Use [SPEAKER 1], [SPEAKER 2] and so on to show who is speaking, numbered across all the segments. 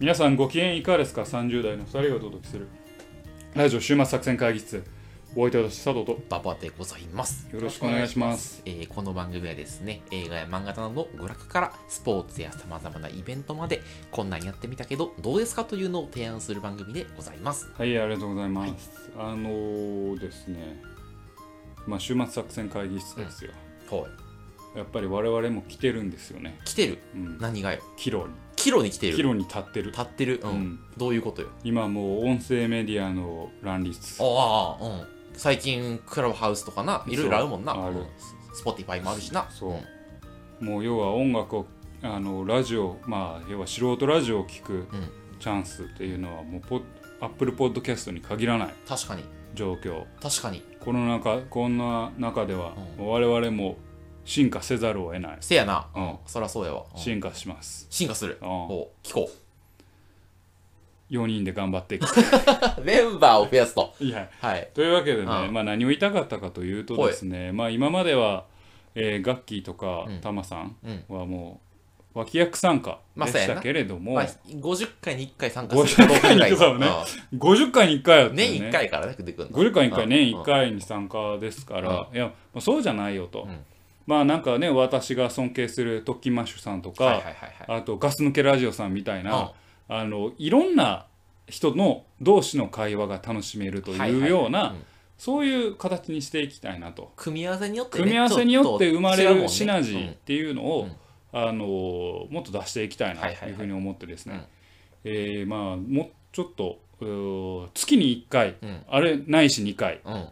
[SPEAKER 1] 皆さんご機嫌いかがですか ?30 代の2人がお届けするラジオ週末作戦会議室お相手は私佐藤と
[SPEAKER 2] ババでございます。
[SPEAKER 1] よろしくお願いします。
[SPEAKER 2] えーこの番組はですね、映画や漫画などの娯楽からスポーツや様々なイベントまで、こんなんやってみたけど、どうですかというのを提案する番組でございます。
[SPEAKER 1] はい、ありがとうございます。あのーですね、まあ、週末作戦会議室ですよ。
[SPEAKER 2] はい。
[SPEAKER 1] やっぱり我々も来てるんですよね。
[SPEAKER 2] 来てる。
[SPEAKER 1] うん、
[SPEAKER 2] 何がよ。
[SPEAKER 1] キロに。
[SPEAKER 2] キロに来てる。
[SPEAKER 1] キロに立ってる。
[SPEAKER 2] 立ってる。うん。
[SPEAKER 1] うん
[SPEAKER 2] どういうことよ。
[SPEAKER 1] 今もう音声メディアの乱立。
[SPEAKER 2] ああ、うん。最近、クラブハウスとかな、いろいろあるもんな。
[SPEAKER 1] そうある
[SPEAKER 2] うんスポティファイもあるしな。
[SPEAKER 1] そうんもう要は音楽を、あのラジオ、まあ、要は素人ラジオを聞く
[SPEAKER 2] うん
[SPEAKER 1] チャンスっていうのは、もうポッ、アップルポッドキャストに限らない
[SPEAKER 2] 確かに。
[SPEAKER 1] 状況。
[SPEAKER 2] 確かに。
[SPEAKER 1] この中、こんな中では、
[SPEAKER 2] う
[SPEAKER 1] 我々も進化せざるを得ない。
[SPEAKER 2] せやな。
[SPEAKER 1] うん、
[SPEAKER 2] そらそうやわ。うん
[SPEAKER 1] 進化します。
[SPEAKER 2] 進化する。
[SPEAKER 1] うん
[SPEAKER 2] おう聞こ
[SPEAKER 1] 4人で頑張 っていく。
[SPEAKER 2] う。メンバーを増やすと。
[SPEAKER 1] いや
[SPEAKER 2] はい。
[SPEAKER 1] というわけでね、
[SPEAKER 2] うん
[SPEAKER 1] まあ、何を言いたかったかというとですね、まあ、今までは、えーガッキーとか
[SPEAKER 2] うん
[SPEAKER 1] タマさん
[SPEAKER 2] うん。
[SPEAKER 1] はもう脇役参加で
[SPEAKER 2] まあ
[SPEAKER 1] し
[SPEAKER 2] そうや
[SPEAKER 1] た
[SPEAKER 2] な
[SPEAKER 1] けれども、
[SPEAKER 2] まあ、50回に1回参加する
[SPEAKER 1] 50回に一回はね50回に1回やった
[SPEAKER 2] うん
[SPEAKER 1] よね
[SPEAKER 2] 年1回からね、出てくるの。
[SPEAKER 1] 50回に1
[SPEAKER 2] う
[SPEAKER 1] 回
[SPEAKER 2] ん
[SPEAKER 1] 年1回に参加ですから、いやまあそうじゃないよと、
[SPEAKER 2] うん
[SPEAKER 1] まあなんかね私が尊敬する特勤マッシュさんとか、
[SPEAKER 2] はいはいはいはい。
[SPEAKER 1] あとガス抜けラジオさんみたいな、あのいろんな人の同士の会話が楽しめると
[SPEAKER 2] はいはい
[SPEAKER 1] い
[SPEAKER 2] は
[SPEAKER 1] う
[SPEAKER 2] い
[SPEAKER 1] ような
[SPEAKER 2] うん
[SPEAKER 1] そういう形にしていきたいなと
[SPEAKER 2] 組み合わせによってね、
[SPEAKER 1] 組み合わせによって生まれるシナジ
[SPEAKER 2] ちょっ
[SPEAKER 1] ーっ
[SPEAKER 2] と違うもんね
[SPEAKER 1] ていうのを
[SPEAKER 2] うん
[SPEAKER 1] あのもっと出していきたいな
[SPEAKER 2] はいはい
[SPEAKER 1] と
[SPEAKER 2] はい
[SPEAKER 1] いうふうに思ってです
[SPEAKER 2] うん
[SPEAKER 1] ねえーまあもうちょっとうー月に1回
[SPEAKER 2] うん
[SPEAKER 1] あれないし2回
[SPEAKER 2] うん。うん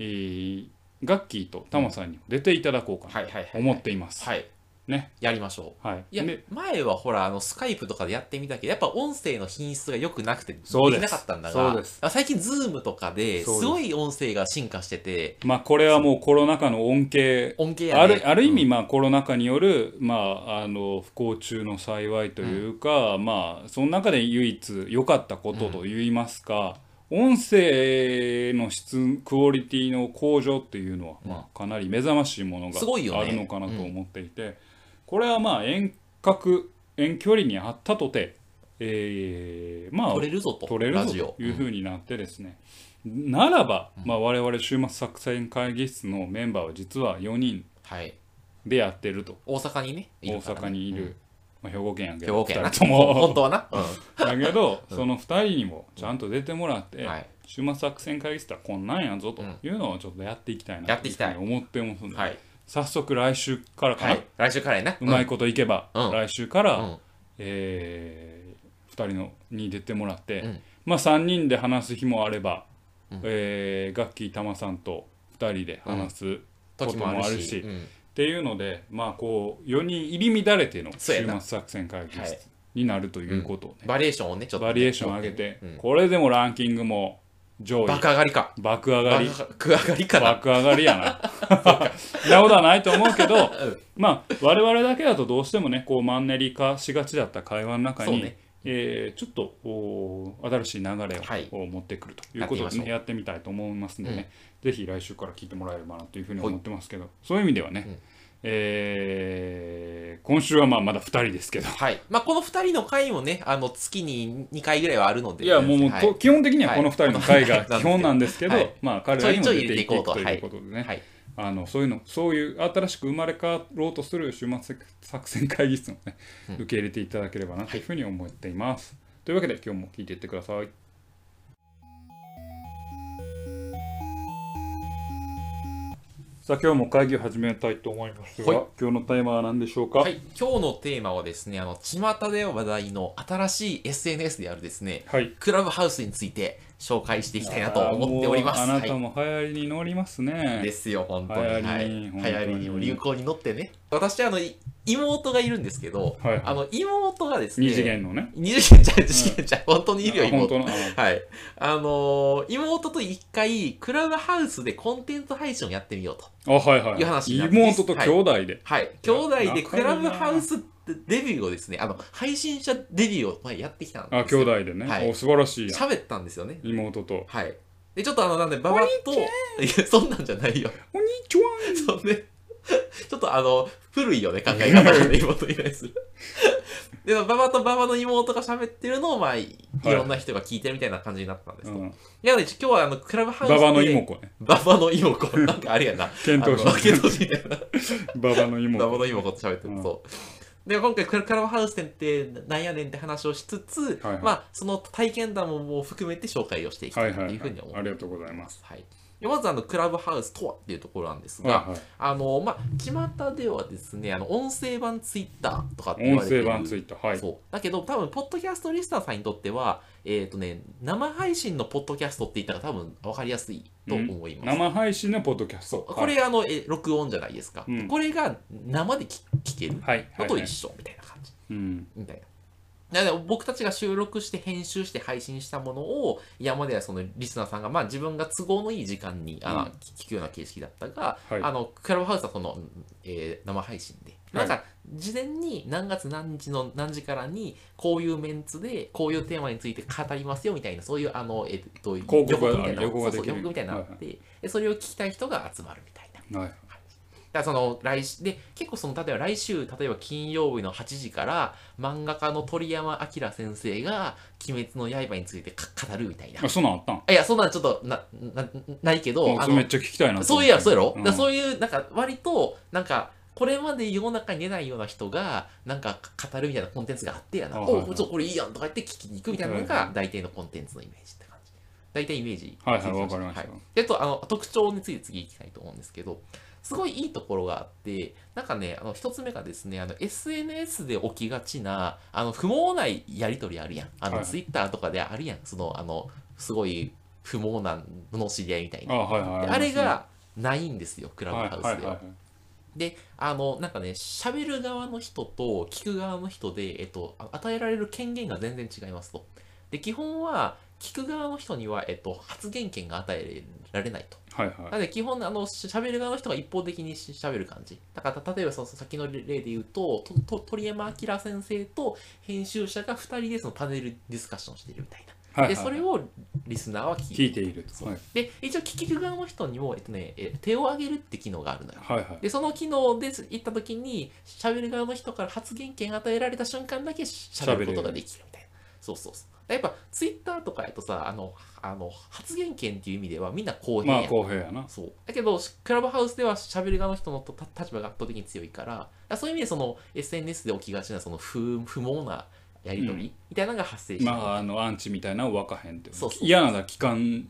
[SPEAKER 1] えーガッキーとタマさんにも出ていただこうか
[SPEAKER 2] はい
[SPEAKER 1] な
[SPEAKER 2] はいはい。
[SPEAKER 1] と思っています。
[SPEAKER 2] はい。
[SPEAKER 1] ね。
[SPEAKER 2] やりましょ。
[SPEAKER 1] はいう
[SPEAKER 2] いや
[SPEAKER 1] で、
[SPEAKER 2] 前はほら、あの、スカイプとかでやってみたけど、やっぱ音声の品質が良くなくて、でき
[SPEAKER 1] そうです
[SPEAKER 2] なかったんだ
[SPEAKER 1] そう
[SPEAKER 2] が
[SPEAKER 1] です、
[SPEAKER 2] あ最近、ズームとかで、す
[SPEAKER 1] そうです
[SPEAKER 2] ごい音声が進化してて、
[SPEAKER 1] まあこれはもうコロナ禍の恩恵
[SPEAKER 2] 音恵やね
[SPEAKER 1] あるある意
[SPEAKER 2] う
[SPEAKER 1] 味
[SPEAKER 2] ん
[SPEAKER 1] まあコロナ禍によるまああの不幸中の幸いというか、まあその中で唯一良かったことと言いますか、音声の質クオリティの向上っていうのは、
[SPEAKER 2] うん
[SPEAKER 1] まあ、かなり目覚ましいものが
[SPEAKER 2] すごいよね
[SPEAKER 1] あるのかなと思っていて、これはまあ遠隔遠距離にあったとて、えーまあ
[SPEAKER 2] 取れるぞと、
[SPEAKER 1] 取れ
[SPEAKER 2] ラ
[SPEAKER 1] る
[SPEAKER 2] ジ
[SPEAKER 1] ぞ
[SPEAKER 2] オ。
[SPEAKER 1] というふうになってですね、ならば、まあ、我々週末作戦会議室のメンバーは実は4人
[SPEAKER 2] はい。
[SPEAKER 1] でやってると
[SPEAKER 2] 大阪にね、い
[SPEAKER 1] 大
[SPEAKER 2] るからね
[SPEAKER 1] 阪にいる、
[SPEAKER 2] うん
[SPEAKER 1] まあ、兵庫県やけ
[SPEAKER 2] 兵
[SPEAKER 1] ど
[SPEAKER 2] 庫県やな。
[SPEAKER 1] 二人と
[SPEAKER 2] 本
[SPEAKER 1] も
[SPEAKER 2] 当はな。うん
[SPEAKER 1] だけどその2人にもちゃんと出てもらって、
[SPEAKER 2] はい
[SPEAKER 1] 週末作戦会議室はこんなんやぞというのをちょっとやっていきたいな
[SPEAKER 2] やっていきたい
[SPEAKER 1] とうふうに思ってますので、
[SPEAKER 2] はい。
[SPEAKER 1] 早速来週からかな、
[SPEAKER 2] はい。来週からやな。
[SPEAKER 1] うま
[SPEAKER 2] い。
[SPEAKER 1] いこといけば、
[SPEAKER 2] うん
[SPEAKER 1] 来週から、
[SPEAKER 2] うん
[SPEAKER 1] えー、2人のに出てもらって、
[SPEAKER 2] うん
[SPEAKER 1] まあ3人で話す日もあれば、
[SPEAKER 2] うん
[SPEAKER 1] えーガッキー玉さんと2人で話す、
[SPEAKER 2] 時もある
[SPEAKER 1] こともある
[SPEAKER 2] し
[SPEAKER 1] し。
[SPEAKER 2] うん
[SPEAKER 1] っていうのでまあこう4人入り乱れての
[SPEAKER 2] そうや
[SPEAKER 1] 週
[SPEAKER 2] な
[SPEAKER 1] 末作戦会議
[SPEAKER 2] はい
[SPEAKER 1] 室になるということをね、
[SPEAKER 2] バリエーションをね、ちょっと
[SPEAKER 1] バ
[SPEAKER 2] ね。
[SPEAKER 1] リエーション上げて、
[SPEAKER 2] うん
[SPEAKER 1] これでもランキングも上位
[SPEAKER 2] バカ上がりか。
[SPEAKER 1] 爆上が
[SPEAKER 2] バ
[SPEAKER 1] り
[SPEAKER 2] カ上がりかな。
[SPEAKER 1] 爆上がりやな。そんなことはないと思うけど、まあ我々だけだとどうしてもねこうマンネリ化しがちだった会話の中
[SPEAKER 2] そう
[SPEAKER 1] に、
[SPEAKER 2] ね
[SPEAKER 1] えーちょっとおー新しい流れを,、
[SPEAKER 2] はい
[SPEAKER 1] 持ってくるということで、ね、やってみたいと思いますんでね、ぜひ来週から聞いてもらえればなというふうに思ってますけど、そういう意味ではね、
[SPEAKER 2] うん
[SPEAKER 1] えー今週はまあまだ2人ですけど。
[SPEAKER 2] はい。まあ、この二人の回もね、あの、月に2回ぐらいはあるので。
[SPEAKER 1] いやもう、もう
[SPEAKER 2] は
[SPEAKER 1] と基本的にはこの2人の会
[SPEAKER 2] は
[SPEAKER 1] が
[SPEAKER 2] いこの
[SPEAKER 1] 基本なんですけど、
[SPEAKER 2] はい
[SPEAKER 1] まあ彼らにも
[SPEAKER 2] ちょい
[SPEAKER 1] 出
[SPEAKER 2] ちょい
[SPEAKER 1] ていく
[SPEAKER 2] 入れていこうと
[SPEAKER 1] ということでね、
[SPEAKER 2] はい。
[SPEAKER 1] あのそういうのそういう新しく生まれ変わろうとする週末作戦会議室をね、
[SPEAKER 2] うん
[SPEAKER 1] 受け入れていただければなというふうに思っています。というわけで今日も聞いていってください。さあ今日も会議を始めたいと思いますが、
[SPEAKER 2] はい
[SPEAKER 1] 今日のテーマは何でしょうか、
[SPEAKER 2] はい。今日のテーマはですね、あの、巷で話題の新しい SNS であるですね、
[SPEAKER 1] はい
[SPEAKER 2] クラブハウスについて紹介していきたいなと思っております。
[SPEAKER 1] あーもうあなた
[SPEAKER 2] は
[SPEAKER 1] も流行りに乗りますね。
[SPEAKER 2] い。ですよ、本当に。
[SPEAKER 1] 流行りに
[SPEAKER 2] はい。
[SPEAKER 1] 本
[SPEAKER 2] 流
[SPEAKER 1] 当に
[SPEAKER 2] 行りにも流行に乗ってね。私、あの、い妹がいるんですけど、
[SPEAKER 1] はいはい
[SPEAKER 2] あの、妹がですね、
[SPEAKER 1] 二次元のね。
[SPEAKER 2] 二次元ちゃう、二次元ちゃう、本当にいるよ、
[SPEAKER 1] あ本
[SPEAKER 2] 妹
[SPEAKER 1] 当。のあの
[SPEAKER 2] はい。あのー妹と一回、クラブハウスでコンテンツ配信をやってみようと。
[SPEAKER 1] あはいはい
[SPEAKER 2] いう話になってます
[SPEAKER 1] 妹と兄弟で。
[SPEAKER 2] はい。兄弟でクラブハウスデビューをですね、あの、配信者デビューを前やってきたんですよ。
[SPEAKER 1] あ兄弟でね。
[SPEAKER 2] はい
[SPEAKER 1] お素晴らしいやん。
[SPEAKER 2] 喋ったんですよね。
[SPEAKER 1] 妹と。
[SPEAKER 2] はい。で、ちょっとあの、なんで、ババと、いや、そんなんじゃないよ。
[SPEAKER 1] こんにちは
[SPEAKER 2] そうね。ちょっとあの、古いよね、考え方 がね、妹に対する。で、馬場と馬場の妹が喋ってるのを、まあ、いいろんな人が聞いてるみたいな感じになったんですと。
[SPEAKER 1] う
[SPEAKER 2] い
[SPEAKER 1] ん
[SPEAKER 2] や、ね、今日はあの、クラブハウス
[SPEAKER 1] 馬
[SPEAKER 2] で。
[SPEAKER 1] 場の妹子ね
[SPEAKER 2] ババの妹子。なんかあ れやな。
[SPEAKER 1] 検討士
[SPEAKER 2] あの検討士みたいな。
[SPEAKER 1] 馬場の
[SPEAKER 2] バ
[SPEAKER 1] 妹
[SPEAKER 2] バの妹子と喋ってると。で、今回、クラクラブハウス店ってなんやねんって話をしつつ、
[SPEAKER 1] はいはい
[SPEAKER 2] まあ、その体験談ももう含めて紹介をしていき
[SPEAKER 1] 子は
[SPEAKER 2] た
[SPEAKER 1] い
[SPEAKER 2] い
[SPEAKER 1] は
[SPEAKER 2] と
[SPEAKER 1] い、
[SPEAKER 2] いうふ
[SPEAKER 1] は
[SPEAKER 2] うに
[SPEAKER 1] い
[SPEAKER 2] 思、
[SPEAKER 1] あ
[SPEAKER 2] い
[SPEAKER 1] りがとうございま
[SPEAKER 2] ますす。はい。でまず、あの、クラブハウスとはっていうところなんですが、
[SPEAKER 1] は
[SPEAKER 2] あの、まあ、巷ではですね、あの、音声版ツイッターとかって
[SPEAKER 1] いはい、
[SPEAKER 2] 言わ
[SPEAKER 1] 音声版
[SPEAKER 2] れてる。
[SPEAKER 1] ツイッターはい
[SPEAKER 2] そう。だけど、多分、ポッドキャストリスナーさんにとっては、えっ、とね、生配信のポッドキャストって言ったら多分分かりやすいと思います。
[SPEAKER 1] 生配信のポッドキャスト
[SPEAKER 2] これ、あの、え録音じゃないですか。
[SPEAKER 1] うん
[SPEAKER 2] これが生で聞聞ける
[SPEAKER 1] はいはいは
[SPEAKER 2] の
[SPEAKER 1] いは
[SPEAKER 2] と
[SPEAKER 1] い
[SPEAKER 2] 一緒みたいな感じ。
[SPEAKER 1] うん
[SPEAKER 2] みたいな。だから僕たちが収録して編集して配信したものを今まではそのリスナーさんがまあ自分が都合のいい時間にあの
[SPEAKER 1] うん
[SPEAKER 2] 聞くような形式だったが、
[SPEAKER 1] はい
[SPEAKER 2] あのクラブハウスはその、えー生配信で。なんか事前に何月何日の何時からにこういうメンツでこういうテーマについて語りますよみたいなそういうあの、えっと、予
[SPEAKER 1] 告が
[SPEAKER 2] 告みたいな
[SPEAKER 1] 予告がで
[SPEAKER 2] そう
[SPEAKER 1] きる
[SPEAKER 2] そう予告みたいなのがあって、でそれを聞きたい人が集まるみたいな。
[SPEAKER 1] はい
[SPEAKER 2] だからその来しで結構その例えば来週例えば金曜日の8時から漫画家の鳥山明先生が「鬼滅の刃」についてか語るみたいな。
[SPEAKER 1] あそんなんあったん
[SPEAKER 2] あいやそんなんちょっとななないけど
[SPEAKER 1] あ
[SPEAKER 2] あ
[SPEAKER 1] それめっ
[SPEAKER 2] の
[SPEAKER 1] ちゃ聞きたいなと
[SPEAKER 2] そ
[SPEAKER 1] 思
[SPEAKER 2] う
[SPEAKER 1] っ
[SPEAKER 2] い
[SPEAKER 1] て
[SPEAKER 2] やそうやろ、
[SPEAKER 1] うん
[SPEAKER 2] だからそういうなんか割となんかこれまで世の中に出ないような人がなんか語るみたいなコンテンツがあってやな「
[SPEAKER 1] あ
[SPEAKER 2] お
[SPEAKER 1] はいはいう
[SPEAKER 2] これいいやん」とか言って聞きに行くみたいなのが大体のコンテンツのイメージって感じ大体イメージ
[SPEAKER 1] はいはいわかりました
[SPEAKER 2] はいであとあの特徴について次いきたいと思うんですけどすごいいいところがあってなんかねあの一つ目がですねあの SNS で起きがちなあの不毛ないやり取りあるやんあの、
[SPEAKER 1] はい
[SPEAKER 2] Twitter とかであるやんそのあのすごい不毛なのの知り合いみたい
[SPEAKER 1] あ
[SPEAKER 2] な
[SPEAKER 1] はいはい
[SPEAKER 2] で
[SPEAKER 1] ります
[SPEAKER 2] あれ
[SPEAKER 1] ね
[SPEAKER 2] がないんですよクラブ
[SPEAKER 1] はい
[SPEAKER 2] ハウスでは。
[SPEAKER 1] はいはい
[SPEAKER 2] であのなんかね喋る側の人と聞く側の人で、えっと、あ与えられる権限が全然違いますと。で基本は聞く側の人には、えっと、発言権が与えられないと。
[SPEAKER 1] はいはい
[SPEAKER 2] なので基本あのし喋る側の人が一方的にし喋る感じだからた例えばその先の例で言うととと鳥山明先生と編集者が2人でそのパネルディスカッションしてるみたい
[SPEAKER 1] はい
[SPEAKER 2] な、
[SPEAKER 1] はい
[SPEAKER 2] でそれをリスナーは聞いて
[SPEAKER 1] 聞いていると
[SPEAKER 2] そう
[SPEAKER 1] はい
[SPEAKER 2] で一応聞く側の人にも、えっとね、え手を挙げるって機能があるのよ
[SPEAKER 1] はいはい
[SPEAKER 2] でその機能で行った時に喋る側の人から発言権与えられた瞬間だけ喋ることができるみたいなそうそうそうやっぱツイッターとかやとさあのあの発言権っていう意味ではみんな公平
[SPEAKER 1] ま
[SPEAKER 2] や
[SPEAKER 1] あ
[SPEAKER 2] ん、
[SPEAKER 1] 公平やな
[SPEAKER 2] そうだけどクラブハウスでは喋る側の人のとた立場が圧倒的に強いからだからそういう意味でその SNS で起きがちなその不不毛なやり取りみたいなのが発生して
[SPEAKER 1] まああのアンチみたいなのは分かへんって
[SPEAKER 2] そうそう
[SPEAKER 1] 嫌なら聞かん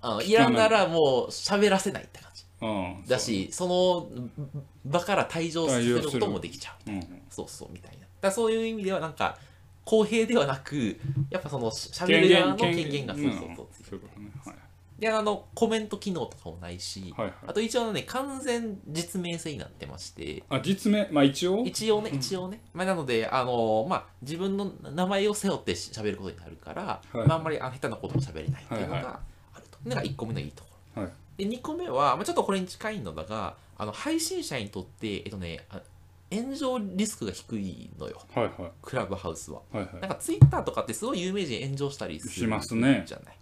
[SPEAKER 2] あのいらんならもう喋らせないって感じ
[SPEAKER 1] うん
[SPEAKER 2] だしその場から退場することもできちゃう
[SPEAKER 1] そううん
[SPEAKER 2] そうそうみたいなだからそういう意味ではなんか公平ではなくやっぱそのしゃべ
[SPEAKER 1] 権
[SPEAKER 2] る側
[SPEAKER 1] 限
[SPEAKER 2] の権限がそうそう
[SPEAKER 1] うん
[SPEAKER 2] そう
[SPEAKER 1] そういうことねはい
[SPEAKER 2] であのコメント機能とかもないし、
[SPEAKER 1] はいはい
[SPEAKER 2] あと一応ね完全実名制になってまして
[SPEAKER 1] あ実名まあ一応
[SPEAKER 2] 一応ね一応ね、まあ、なのであのまあ自分の名前を背負ってしゃべることになるから、
[SPEAKER 1] はい
[SPEAKER 2] まあ、あんまりあの下手なこともしゃべれないっていうの
[SPEAKER 1] はい
[SPEAKER 2] があると、なんか1個目のいいところ
[SPEAKER 1] はい
[SPEAKER 2] で2個目は、まあ、ちょっとこれに近いのだがあの配信者にとって、えっとね、あ炎上リスクが低いのよ
[SPEAKER 1] はいは
[SPEAKER 2] クラブハウスは。
[SPEAKER 1] いはい
[SPEAKER 2] な
[SPEAKER 1] は
[SPEAKER 2] んかツイッターとかってすごい有名人炎上したりする
[SPEAKER 1] しますね
[SPEAKER 2] じゃない。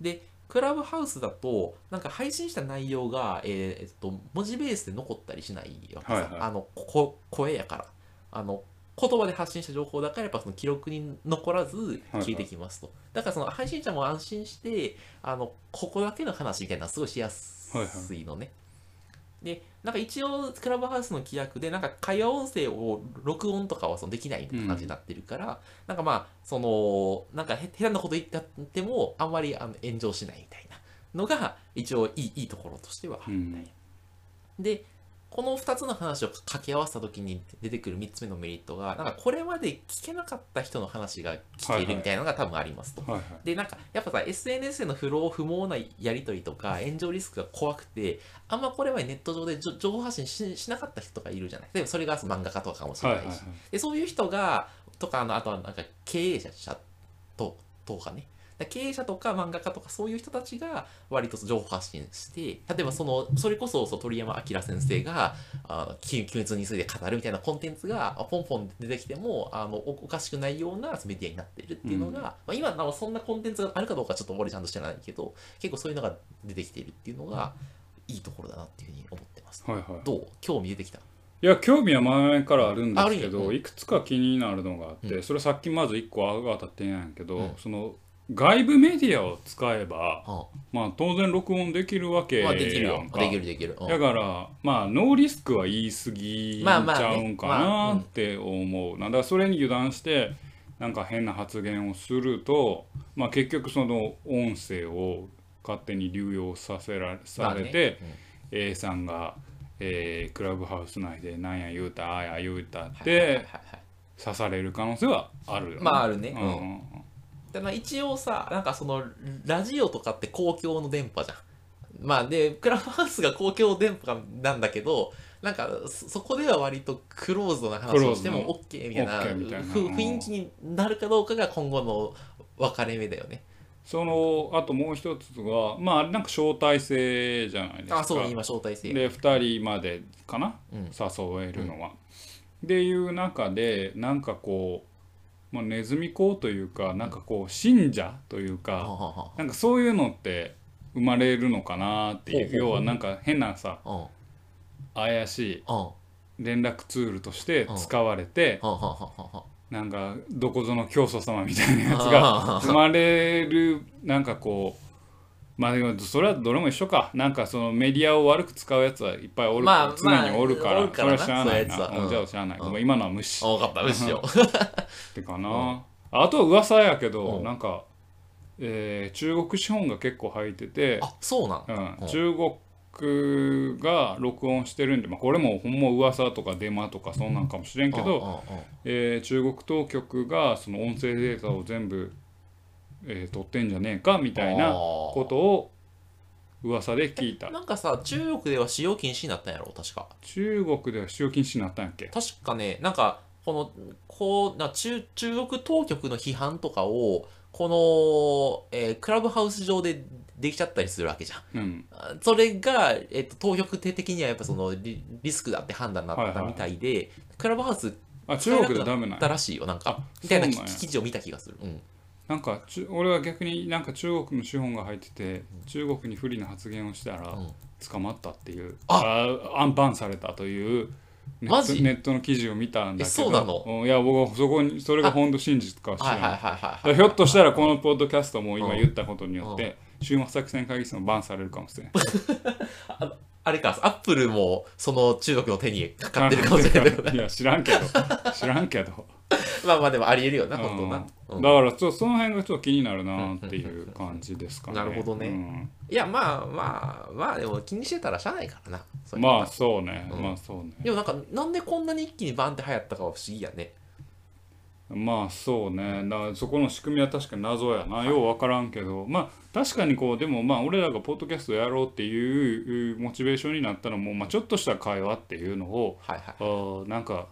[SPEAKER 2] でクラブハウスだとなんか配信した内容が、えーえっと、文字ベースで残ったりしないわけさ、
[SPEAKER 1] はいはい
[SPEAKER 2] あのこ声やからあの言葉で発信した情報だからやっぱその記録に残らず聞いてきますと、だからその配信者も安心してあのここだけの話みたいなのはすごいしやすいのね、でなんか一応クラブハウスの規約でなんか会話音声を録音とかはそのできないみたいな感じになってるから、なんかまあそのなんかへ下手なこと言ってあってもあんまりあの炎上しないみたいなのが一応いいいいところとしてはあ
[SPEAKER 1] い
[SPEAKER 2] るみたいな、でこの2つの話を掛け合わせた時に出てくる3つ目のメリットがなんかこれまで聞けなかった人の話が聞けるみたいなのが多分ありますと。
[SPEAKER 1] はいはい
[SPEAKER 2] でなんかやっぱさ SNS での不老不毛なやり取りとか炎上リスクが怖くてあんまこれはネット上でじょ情報発信ししなかった人とかいるじゃない例えばそれがその漫画家とかかもしれ
[SPEAKER 1] はい
[SPEAKER 2] ないし、
[SPEAKER 1] はいはい
[SPEAKER 2] でそういう人がとかあのあとはなんか経営者ととかねだから経営者とか漫画家とかそういう人たちが割と情報発信して例えばそのそれこそそう鳥山明先生が「あのき鬼滅について語る」みたいなコンテンツがあポンポン出てきてもあのおおかしくないようなメディアになってるっていうのが、
[SPEAKER 1] うん
[SPEAKER 2] まあ、今なおそんなコンテンツがあるかどうかちょっと俺ちゃんとしてないけど結構そういうのが出てきているっていうのがいいところだなっていうふうに思ってます。ます。
[SPEAKER 1] はいはい
[SPEAKER 2] どう興味出てきた
[SPEAKER 1] いや興味は前からあるんですけ
[SPEAKER 2] あるんや
[SPEAKER 1] ど
[SPEAKER 2] う
[SPEAKER 1] いくつか気になるのがあって、
[SPEAKER 2] うん
[SPEAKER 1] それさっきまず1個上がった点やんけど、
[SPEAKER 2] うん
[SPEAKER 1] その外部メディアを使えば、
[SPEAKER 2] うん
[SPEAKER 1] まあ、当然録音できるわけ
[SPEAKER 2] ま
[SPEAKER 1] や
[SPEAKER 2] あ
[SPEAKER 1] んか、
[SPEAKER 2] できるよ。できるできる。うん
[SPEAKER 1] だからまあノーリスクは言い過ぎち
[SPEAKER 2] まあまあね
[SPEAKER 1] ゃうんか
[SPEAKER 2] まあ
[SPEAKER 1] な
[SPEAKER 2] うん
[SPEAKER 1] って思うなんだからそれに油断してなんか変な発言をすると、まあ、結局その音声を勝手に流用させらされて、
[SPEAKER 2] まあね
[SPEAKER 1] A さんが、えークラブハウス内でなんや言うたああや言うたっ
[SPEAKER 2] うんはいはい
[SPEAKER 1] て
[SPEAKER 2] はいはい
[SPEAKER 1] 刺される可能性はあるよね。
[SPEAKER 2] まああるね。
[SPEAKER 1] うん
[SPEAKER 2] うんただ一応さなんかそのラジオとかって公共の電波じゃんまあでクラブハウスが公共電波なんだけどなんかそそこでは割とクローズドな話をして
[SPEAKER 1] クロ
[SPEAKER 2] も OK みたいな
[SPEAKER 1] OK みたいな
[SPEAKER 2] ふ雰囲気になるかどうかが今後の分かれ目だよね
[SPEAKER 1] そのあともう一つがまああれなんか招待制じゃないですか。
[SPEAKER 2] あそう今招待制
[SPEAKER 1] で2人までかな、
[SPEAKER 2] うん
[SPEAKER 1] 誘えるのは。っていう中でなんかこう、まあ、ネズミ講というかなんかこう信者という
[SPEAKER 2] は
[SPEAKER 1] か、
[SPEAKER 2] あは
[SPEAKER 1] なんかそういうのって生まれるのかなっていう、
[SPEAKER 2] ほうほうほ
[SPEAKER 1] 要
[SPEAKER 2] う
[SPEAKER 1] はなんか変なさ
[SPEAKER 2] あはあうんうん
[SPEAKER 1] 怪しい
[SPEAKER 2] は
[SPEAKER 1] 連絡ツールとして使われて、
[SPEAKER 2] あはあはあはあ
[SPEAKER 1] なんかどこぞの教祖様みたいなやつ
[SPEAKER 2] あ
[SPEAKER 1] が生まれるなんかこうまあでもそれはどれも一緒かなんかそのメディアを悪く使うやつはいっぱいおる、
[SPEAKER 2] まあ
[SPEAKER 1] 常におるから,、
[SPEAKER 2] まあおるからな
[SPEAKER 1] それは知らないな
[SPEAKER 2] そういうやつはう
[SPEAKER 1] う
[SPEAKER 2] ん
[SPEAKER 1] んじゃあ知らない、
[SPEAKER 2] うん
[SPEAKER 1] ごめん今のは無視
[SPEAKER 2] あ分かった無視しよう
[SPEAKER 1] ってかな、あとは噂やけど、
[SPEAKER 2] うん
[SPEAKER 1] なんか、えー中国資本が結構入ってて、
[SPEAKER 2] あそうなん
[SPEAKER 1] う
[SPEAKER 2] だ
[SPEAKER 1] ん
[SPEAKER 2] うん
[SPEAKER 1] 中国が録音してるんで、まあ、これもほんま噂とかデマとかそんなんかもしれんけど、
[SPEAKER 2] うんうんうん
[SPEAKER 1] えー中国当局がその音声データを全部、えー取ってんじゃねえかみたい
[SPEAKER 2] あ
[SPEAKER 1] な
[SPEAKER 2] ー
[SPEAKER 1] ことを噂で聞いた
[SPEAKER 2] なんかさ中国では使用禁止になったんやろ確か
[SPEAKER 1] 中国では使用禁止になったんやっけ
[SPEAKER 2] 確かねなんかこのこうな中中国当局の批判とかをこの、えークラブハウス上でできちゃったりするわけじゃん
[SPEAKER 1] うん
[SPEAKER 2] あそれが、えっと当局手的にはやっぱそのリリスクだって判断になったみたいで、クラブハウス
[SPEAKER 1] あ
[SPEAKER 2] 使
[SPEAKER 1] 中
[SPEAKER 2] えな
[SPEAKER 1] 国
[SPEAKER 2] く
[SPEAKER 1] でダメ
[SPEAKER 2] な
[SPEAKER 1] な
[SPEAKER 2] っ
[SPEAKER 1] ん
[SPEAKER 2] た
[SPEAKER 1] や
[SPEAKER 2] らしいよなんか
[SPEAKER 1] あ
[SPEAKER 2] みたいな
[SPEAKER 1] そうなんや
[SPEAKER 2] 記記事を見た気がする、うん、
[SPEAKER 1] なんかちゅ俺は逆になんか中国の資本が入ってて中国に不利な発言をしたら
[SPEAKER 2] うん
[SPEAKER 1] 捕まったっていう、
[SPEAKER 2] あ
[SPEAKER 1] あアンバンされたというネ
[SPEAKER 2] マ
[SPEAKER 1] ッ
[SPEAKER 2] ジ
[SPEAKER 1] トネットの記事を見たんだけど
[SPEAKER 2] えそうなの
[SPEAKER 1] うんいや僕はそこにそれが本当真実かは知
[SPEAKER 2] はい
[SPEAKER 1] らな
[SPEAKER 2] はい
[SPEAKER 1] い
[SPEAKER 2] はいはい
[SPEAKER 1] だ
[SPEAKER 2] は
[SPEAKER 1] か
[SPEAKER 2] い
[SPEAKER 1] らひょっとしたらこのポッドキャストも
[SPEAKER 2] う
[SPEAKER 1] 今
[SPEAKER 2] ん
[SPEAKER 1] 言ったことによって終末作戦会議室もバンされるかもしれない。
[SPEAKER 2] あれかアップルもその中国の手にかかってるかもしれない
[SPEAKER 1] いや知らんけど知らんけど。
[SPEAKER 2] まあまあでもありえるよな
[SPEAKER 1] うん
[SPEAKER 2] 本当な、うん
[SPEAKER 1] だからちょっとその辺がちょっと気になるなっていう感じですかね。
[SPEAKER 2] なるほどねいやまあまあまあでも気にしてたらしゃあないからなそ
[SPEAKER 1] うん
[SPEAKER 2] れ
[SPEAKER 1] まあそうね、
[SPEAKER 2] うん
[SPEAKER 1] まあそうね。
[SPEAKER 2] でもなんかなんでこんなに一気にバンって流行ったかは不思議やね
[SPEAKER 1] まあそうねだからそこの仕組みは確かに謎やなよう分からんけどまあ確かにこうでもまあ俺らがポッドキャストやろうっていううモチベーションになったのも、まあ、ちょっとした会話っていうのを
[SPEAKER 2] はいはい
[SPEAKER 1] あーなんか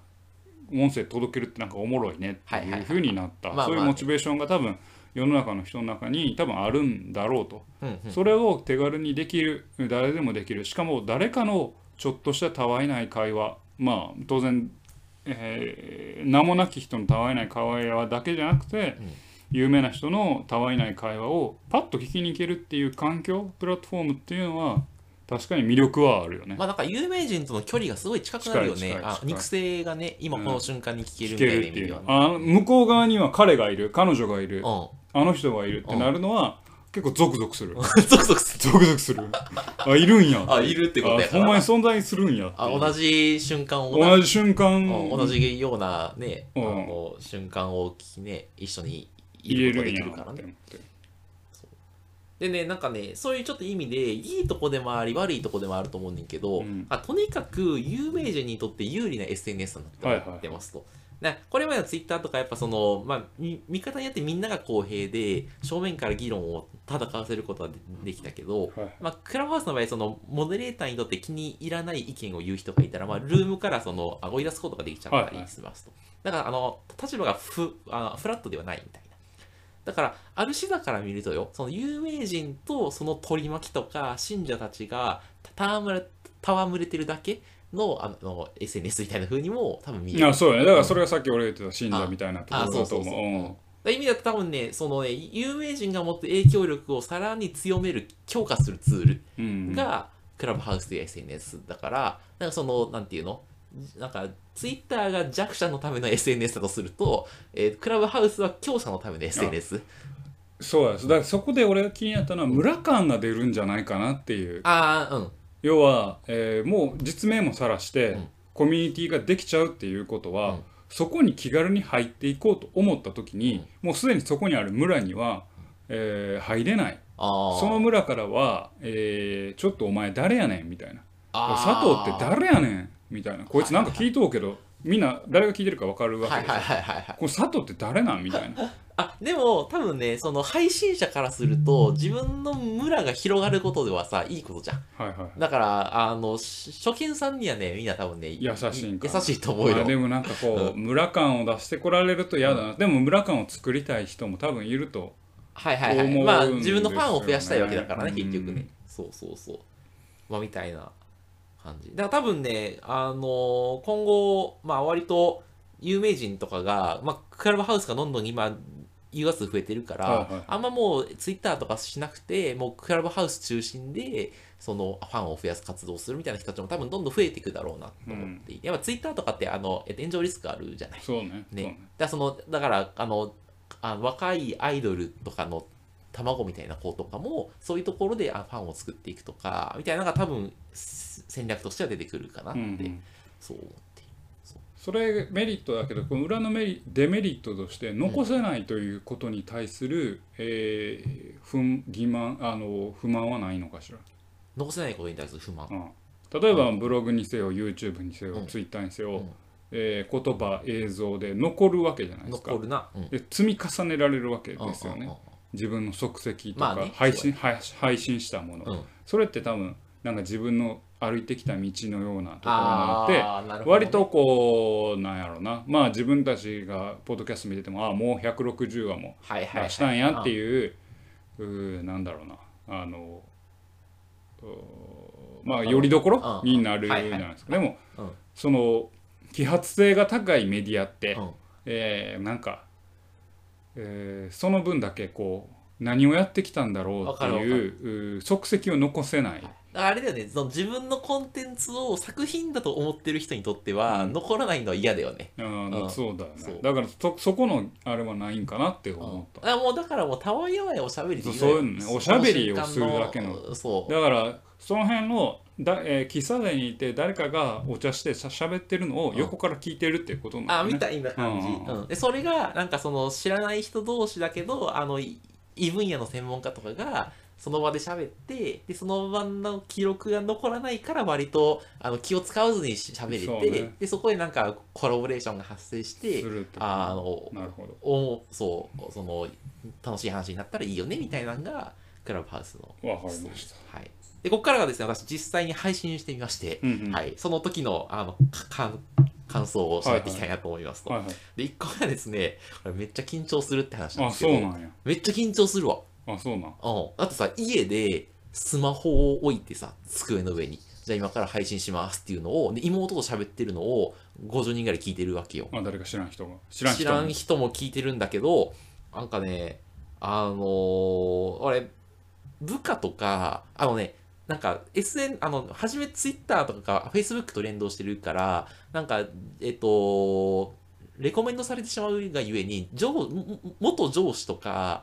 [SPEAKER 1] 音声届けるってなんかおもろいねって
[SPEAKER 2] はいはい
[SPEAKER 1] い
[SPEAKER 2] は
[SPEAKER 1] う
[SPEAKER 2] い
[SPEAKER 1] ふうになった
[SPEAKER 2] まあ
[SPEAKER 1] そういう
[SPEAKER 2] まあね
[SPEAKER 1] モチベーションが多分世の中の人の中に多分あるんだろうと、
[SPEAKER 2] うんうん
[SPEAKER 1] それを手軽にできる誰でもできるしかも誰かのちょっとしたたわいない会話まあ当然、えー名もなき人のたわいない会話だけじゃなくて、
[SPEAKER 2] うん
[SPEAKER 1] 有名な人のたわいない会話をパッと聞きに行けるっていう環境プラットフォームっていうのは確かに魅力はあるよね。
[SPEAKER 2] まあなんか有名人との距離がすごい近くなるよ
[SPEAKER 1] 近い
[SPEAKER 2] ね
[SPEAKER 1] 近い
[SPEAKER 2] あ
[SPEAKER 1] 近い
[SPEAKER 2] 肉声がね今この瞬間に聞ける
[SPEAKER 1] 聞
[SPEAKER 2] み
[SPEAKER 1] ける
[SPEAKER 2] たいな意
[SPEAKER 1] って
[SPEAKER 2] 味
[SPEAKER 1] い
[SPEAKER 2] で
[SPEAKER 1] う
[SPEAKER 2] はね
[SPEAKER 1] あの向こう側には彼がいる彼女がいる
[SPEAKER 2] うん
[SPEAKER 1] あの人がいるってなるのは結構ゾクゾクする
[SPEAKER 2] ゾクゾクする
[SPEAKER 1] ゾクゾク するあいるんや
[SPEAKER 2] あいるってことや
[SPEAKER 1] あ
[SPEAKER 2] か
[SPEAKER 1] ほんま
[SPEAKER 2] ら
[SPEAKER 1] に存在するんやって
[SPEAKER 2] あ
[SPEAKER 1] いう
[SPEAKER 2] 同じ瞬間をな
[SPEAKER 1] 同じ瞬間
[SPEAKER 2] うん同じようなねあ
[SPEAKER 1] うん
[SPEAKER 2] の瞬間をきね一緒にい
[SPEAKER 1] 入れ
[SPEAKER 2] ること
[SPEAKER 1] る
[SPEAKER 2] が
[SPEAKER 1] ん
[SPEAKER 2] でき
[SPEAKER 1] や
[SPEAKER 2] る
[SPEAKER 1] って
[SPEAKER 2] か
[SPEAKER 1] 思
[SPEAKER 2] ら
[SPEAKER 1] っ
[SPEAKER 2] ね
[SPEAKER 1] て
[SPEAKER 2] でね、なんかね、そういうちょっと意味で、いいとこでもあり、悪いとこでもあると思うねんだけ
[SPEAKER 1] う
[SPEAKER 2] ど、
[SPEAKER 1] ん
[SPEAKER 2] あとにかく有名人にとって有利な SNS になって思ってますと。なこれまでのツイッターとかやっぱその、まあ、み見方によってみんなが公平で正面から議論を戦わせることはでできたけど、
[SPEAKER 1] はい
[SPEAKER 2] まあ、クラブハウスの場合そのモデレーターにとって気に入らない意見を言う人がいたら、まあ、ルームからそのあ追い出すことができちゃった
[SPEAKER 1] はいは
[SPEAKER 2] り
[SPEAKER 1] い
[SPEAKER 2] しますと、だからあの立場がフあフラットではないみたいなだからある視座から見るとよその有名人とその取り巻きとか信者たちがた戯れ戯れてるだけのあの SNS みたいな風にも多分見え
[SPEAKER 1] い
[SPEAKER 2] る
[SPEAKER 1] やそうやねだからそれがさっき俺言ってた信者みたいなところ
[SPEAKER 2] ああ
[SPEAKER 1] だと
[SPEAKER 2] そうそうそう
[SPEAKER 1] 思
[SPEAKER 2] だから意味だと多分ねそのね有名人が持って影響力をさらに強める強化するツール
[SPEAKER 1] ううんうん
[SPEAKER 2] がクラブハウスや SNS だから、なんかその、なんていうのなんか、ツイッターが弱者のための SNS だとすると、えークラブハウスは強者のための SNS。
[SPEAKER 1] そうですだからそこで俺が気になったのは村感が出るんじゃないかなっていう
[SPEAKER 2] ああ、うん。
[SPEAKER 1] 要は、えーもう実名もさらして、
[SPEAKER 2] うん
[SPEAKER 1] コミュニティができちゃうっていうことは、
[SPEAKER 2] うん
[SPEAKER 1] そこに気軽に入っていこうと思った時に、もうすでにそこにある村には、えー入れない
[SPEAKER 2] ああ。
[SPEAKER 1] その村からは、えーちょっとお前誰やねん」みたいな「
[SPEAKER 2] あ
[SPEAKER 1] 佐
[SPEAKER 2] ー
[SPEAKER 1] 藤って誰やねん」みたいな「こいつなんか聞いとうけど、みんな誰が聞いてるか分かるわけ
[SPEAKER 2] はい
[SPEAKER 1] ですよ、
[SPEAKER 2] はいはいはいはい。
[SPEAKER 1] この佐藤って誰なん?」みたいな
[SPEAKER 2] あでも多分ねその配信者からすると自分の村が広がることではさいいことじゃん
[SPEAKER 1] はいはい。
[SPEAKER 2] だからあのし初見さんにはねみんな多分ね
[SPEAKER 1] 優しいんか
[SPEAKER 2] 優しいと思う
[SPEAKER 1] まあ
[SPEAKER 2] よ、
[SPEAKER 1] でもなんかこう村感を出してこられると嫌だな、でも村感を作りたい人も多分いると
[SPEAKER 2] はいはいは
[SPEAKER 1] 思う
[SPEAKER 2] い
[SPEAKER 1] ん
[SPEAKER 2] ま
[SPEAKER 1] で
[SPEAKER 2] あ
[SPEAKER 1] すよね
[SPEAKER 2] 自分のファンを増やしたいわけだからね結局
[SPEAKER 1] う
[SPEAKER 2] ね
[SPEAKER 1] ん
[SPEAKER 2] そうそうそうまあみたいな感じだから多分ねあの今後まあ割と有名人とかが、まあ、クラブハウスがどんどん今ユー数増えてるから、
[SPEAKER 1] はいはい
[SPEAKER 2] あんまもうツイッターとかしなくてもうクラブハウス中心でそのファンを増やす活動をするみたいな人たちも多分どんどん増えていくだろうなと思っていて、やっぱツイッターとかってあのえっと炎上リスクあるじゃない
[SPEAKER 1] そうね
[SPEAKER 2] ね、
[SPEAKER 1] そう
[SPEAKER 2] だからそのだからあのあ若いアイドルとかの卵みたいな子とかもそういうところであファンを作っていくとかみたいなのが多分す戦略としては出てくるかなって、
[SPEAKER 1] うんうん
[SPEAKER 2] そう思っている
[SPEAKER 1] それメリットだけどこの裏のメリデメリットとして残せないということに対する、えー不ん欺瞞あの不満はないのかしら、
[SPEAKER 2] 残せないことに対する不満、
[SPEAKER 1] うん例えばブログにせよ YouTube にせよ、
[SPEAKER 2] うん
[SPEAKER 1] Twitter にせよ、
[SPEAKER 2] うん
[SPEAKER 1] えー言葉映像で残るわけじゃないですか
[SPEAKER 2] 残るな、うん、
[SPEAKER 1] で積み重ねられるわけですよね、
[SPEAKER 2] うんうんうん
[SPEAKER 1] 自分の足跡と
[SPEAKER 2] まあ
[SPEAKER 1] か
[SPEAKER 2] ね
[SPEAKER 1] 配信,、配配信したもの、
[SPEAKER 2] うん
[SPEAKER 1] それって多分なんか自分の歩いてきた道のようなところな
[SPEAKER 2] あ
[SPEAKER 1] の
[SPEAKER 2] ー
[SPEAKER 1] で
[SPEAKER 2] なるほどね
[SPEAKER 1] 割とこうなんやろなまあ自分たちがポッドキャスト見ててもああもう160話も
[SPEAKER 2] はいはい、は
[SPEAKER 1] 出
[SPEAKER 2] い、
[SPEAKER 1] したんやっていううーなんだろうなあのうーまあよりどころ
[SPEAKER 2] うん
[SPEAKER 1] になるじゃ
[SPEAKER 2] は
[SPEAKER 1] ない
[SPEAKER 2] いはい
[SPEAKER 1] ですかでも
[SPEAKER 2] うん
[SPEAKER 1] その揮発性が高いメディアって、
[SPEAKER 2] うん
[SPEAKER 1] えーなんか、えーその分だけこう何をやってきたんだろうって
[SPEAKER 2] わかるわか
[SPEAKER 1] いううー足跡を残せない、
[SPEAKER 2] だからあれだよねその自分のコンテンツを作品だと思ってる人にとっては、残らないのは嫌だよね
[SPEAKER 1] あー
[SPEAKER 2] うん
[SPEAKER 1] そうだよ
[SPEAKER 2] そ
[SPEAKER 1] ね
[SPEAKER 2] う
[SPEAKER 1] だからそそこのあれはないんかなって
[SPEAKER 2] うん
[SPEAKER 1] 思った、
[SPEAKER 2] あもうだからもうたわいやわいおしゃべりでいい
[SPEAKER 1] そうそういうのねおしゃべりをするだけの
[SPEAKER 2] その瞬間そう
[SPEAKER 1] だからその辺のだ、えー喫茶店にいて誰かがお茶してしゃしゃべってるのを横から聞いてるっていうことな
[SPEAKER 2] あ
[SPEAKER 1] んだ
[SPEAKER 2] み
[SPEAKER 1] よね、
[SPEAKER 2] たいな感じ、
[SPEAKER 1] うんうんう
[SPEAKER 2] うんでそれがなんかその知らない人同士だけどあのい異分野の専門家とかがその場で喋ってでその場の記録が残らないから割とあの気を使わずにし喋れ
[SPEAKER 1] そう
[SPEAKER 2] て
[SPEAKER 1] ね
[SPEAKER 2] でそこでなんかコラボレーションが発生して
[SPEAKER 1] するってこと
[SPEAKER 2] あの
[SPEAKER 1] なるほど
[SPEAKER 2] おそうその楽しい話になったらいいよねみたいなのがクラブハウスの、
[SPEAKER 1] わかりました
[SPEAKER 2] はい、でここからがですね私実際に配信してみまして、
[SPEAKER 1] うんうん
[SPEAKER 2] はい、その時のあのか感感想を喋っていきたいなと思いますと、
[SPEAKER 1] はいはい
[SPEAKER 2] で、1個目はですね、これめっちゃ緊張するって話なん
[SPEAKER 1] あ
[SPEAKER 2] ですけ
[SPEAKER 1] そ
[SPEAKER 2] ど、
[SPEAKER 1] うなんや
[SPEAKER 2] めっちゃ緊張するわ。
[SPEAKER 1] あそうなん
[SPEAKER 2] うん。だってさ、家でスマホを置いてさ、机の上に、じゃあ今から配信しますっていうのを、で妹と喋ってるのを50人ぐらい聞いてるわけよ。
[SPEAKER 1] あ誰か知らん人が知らん
[SPEAKER 2] 知
[SPEAKER 1] 人
[SPEAKER 2] らん人も聞いてるんだけど、なんかね、あのー、俺、部下とか、あのね、なんか SN、あの、はじめ Twitter とか Facebook と連動してるから、なんか、えっと、レコメンドされてしまうがゆえに、上も元上司とか、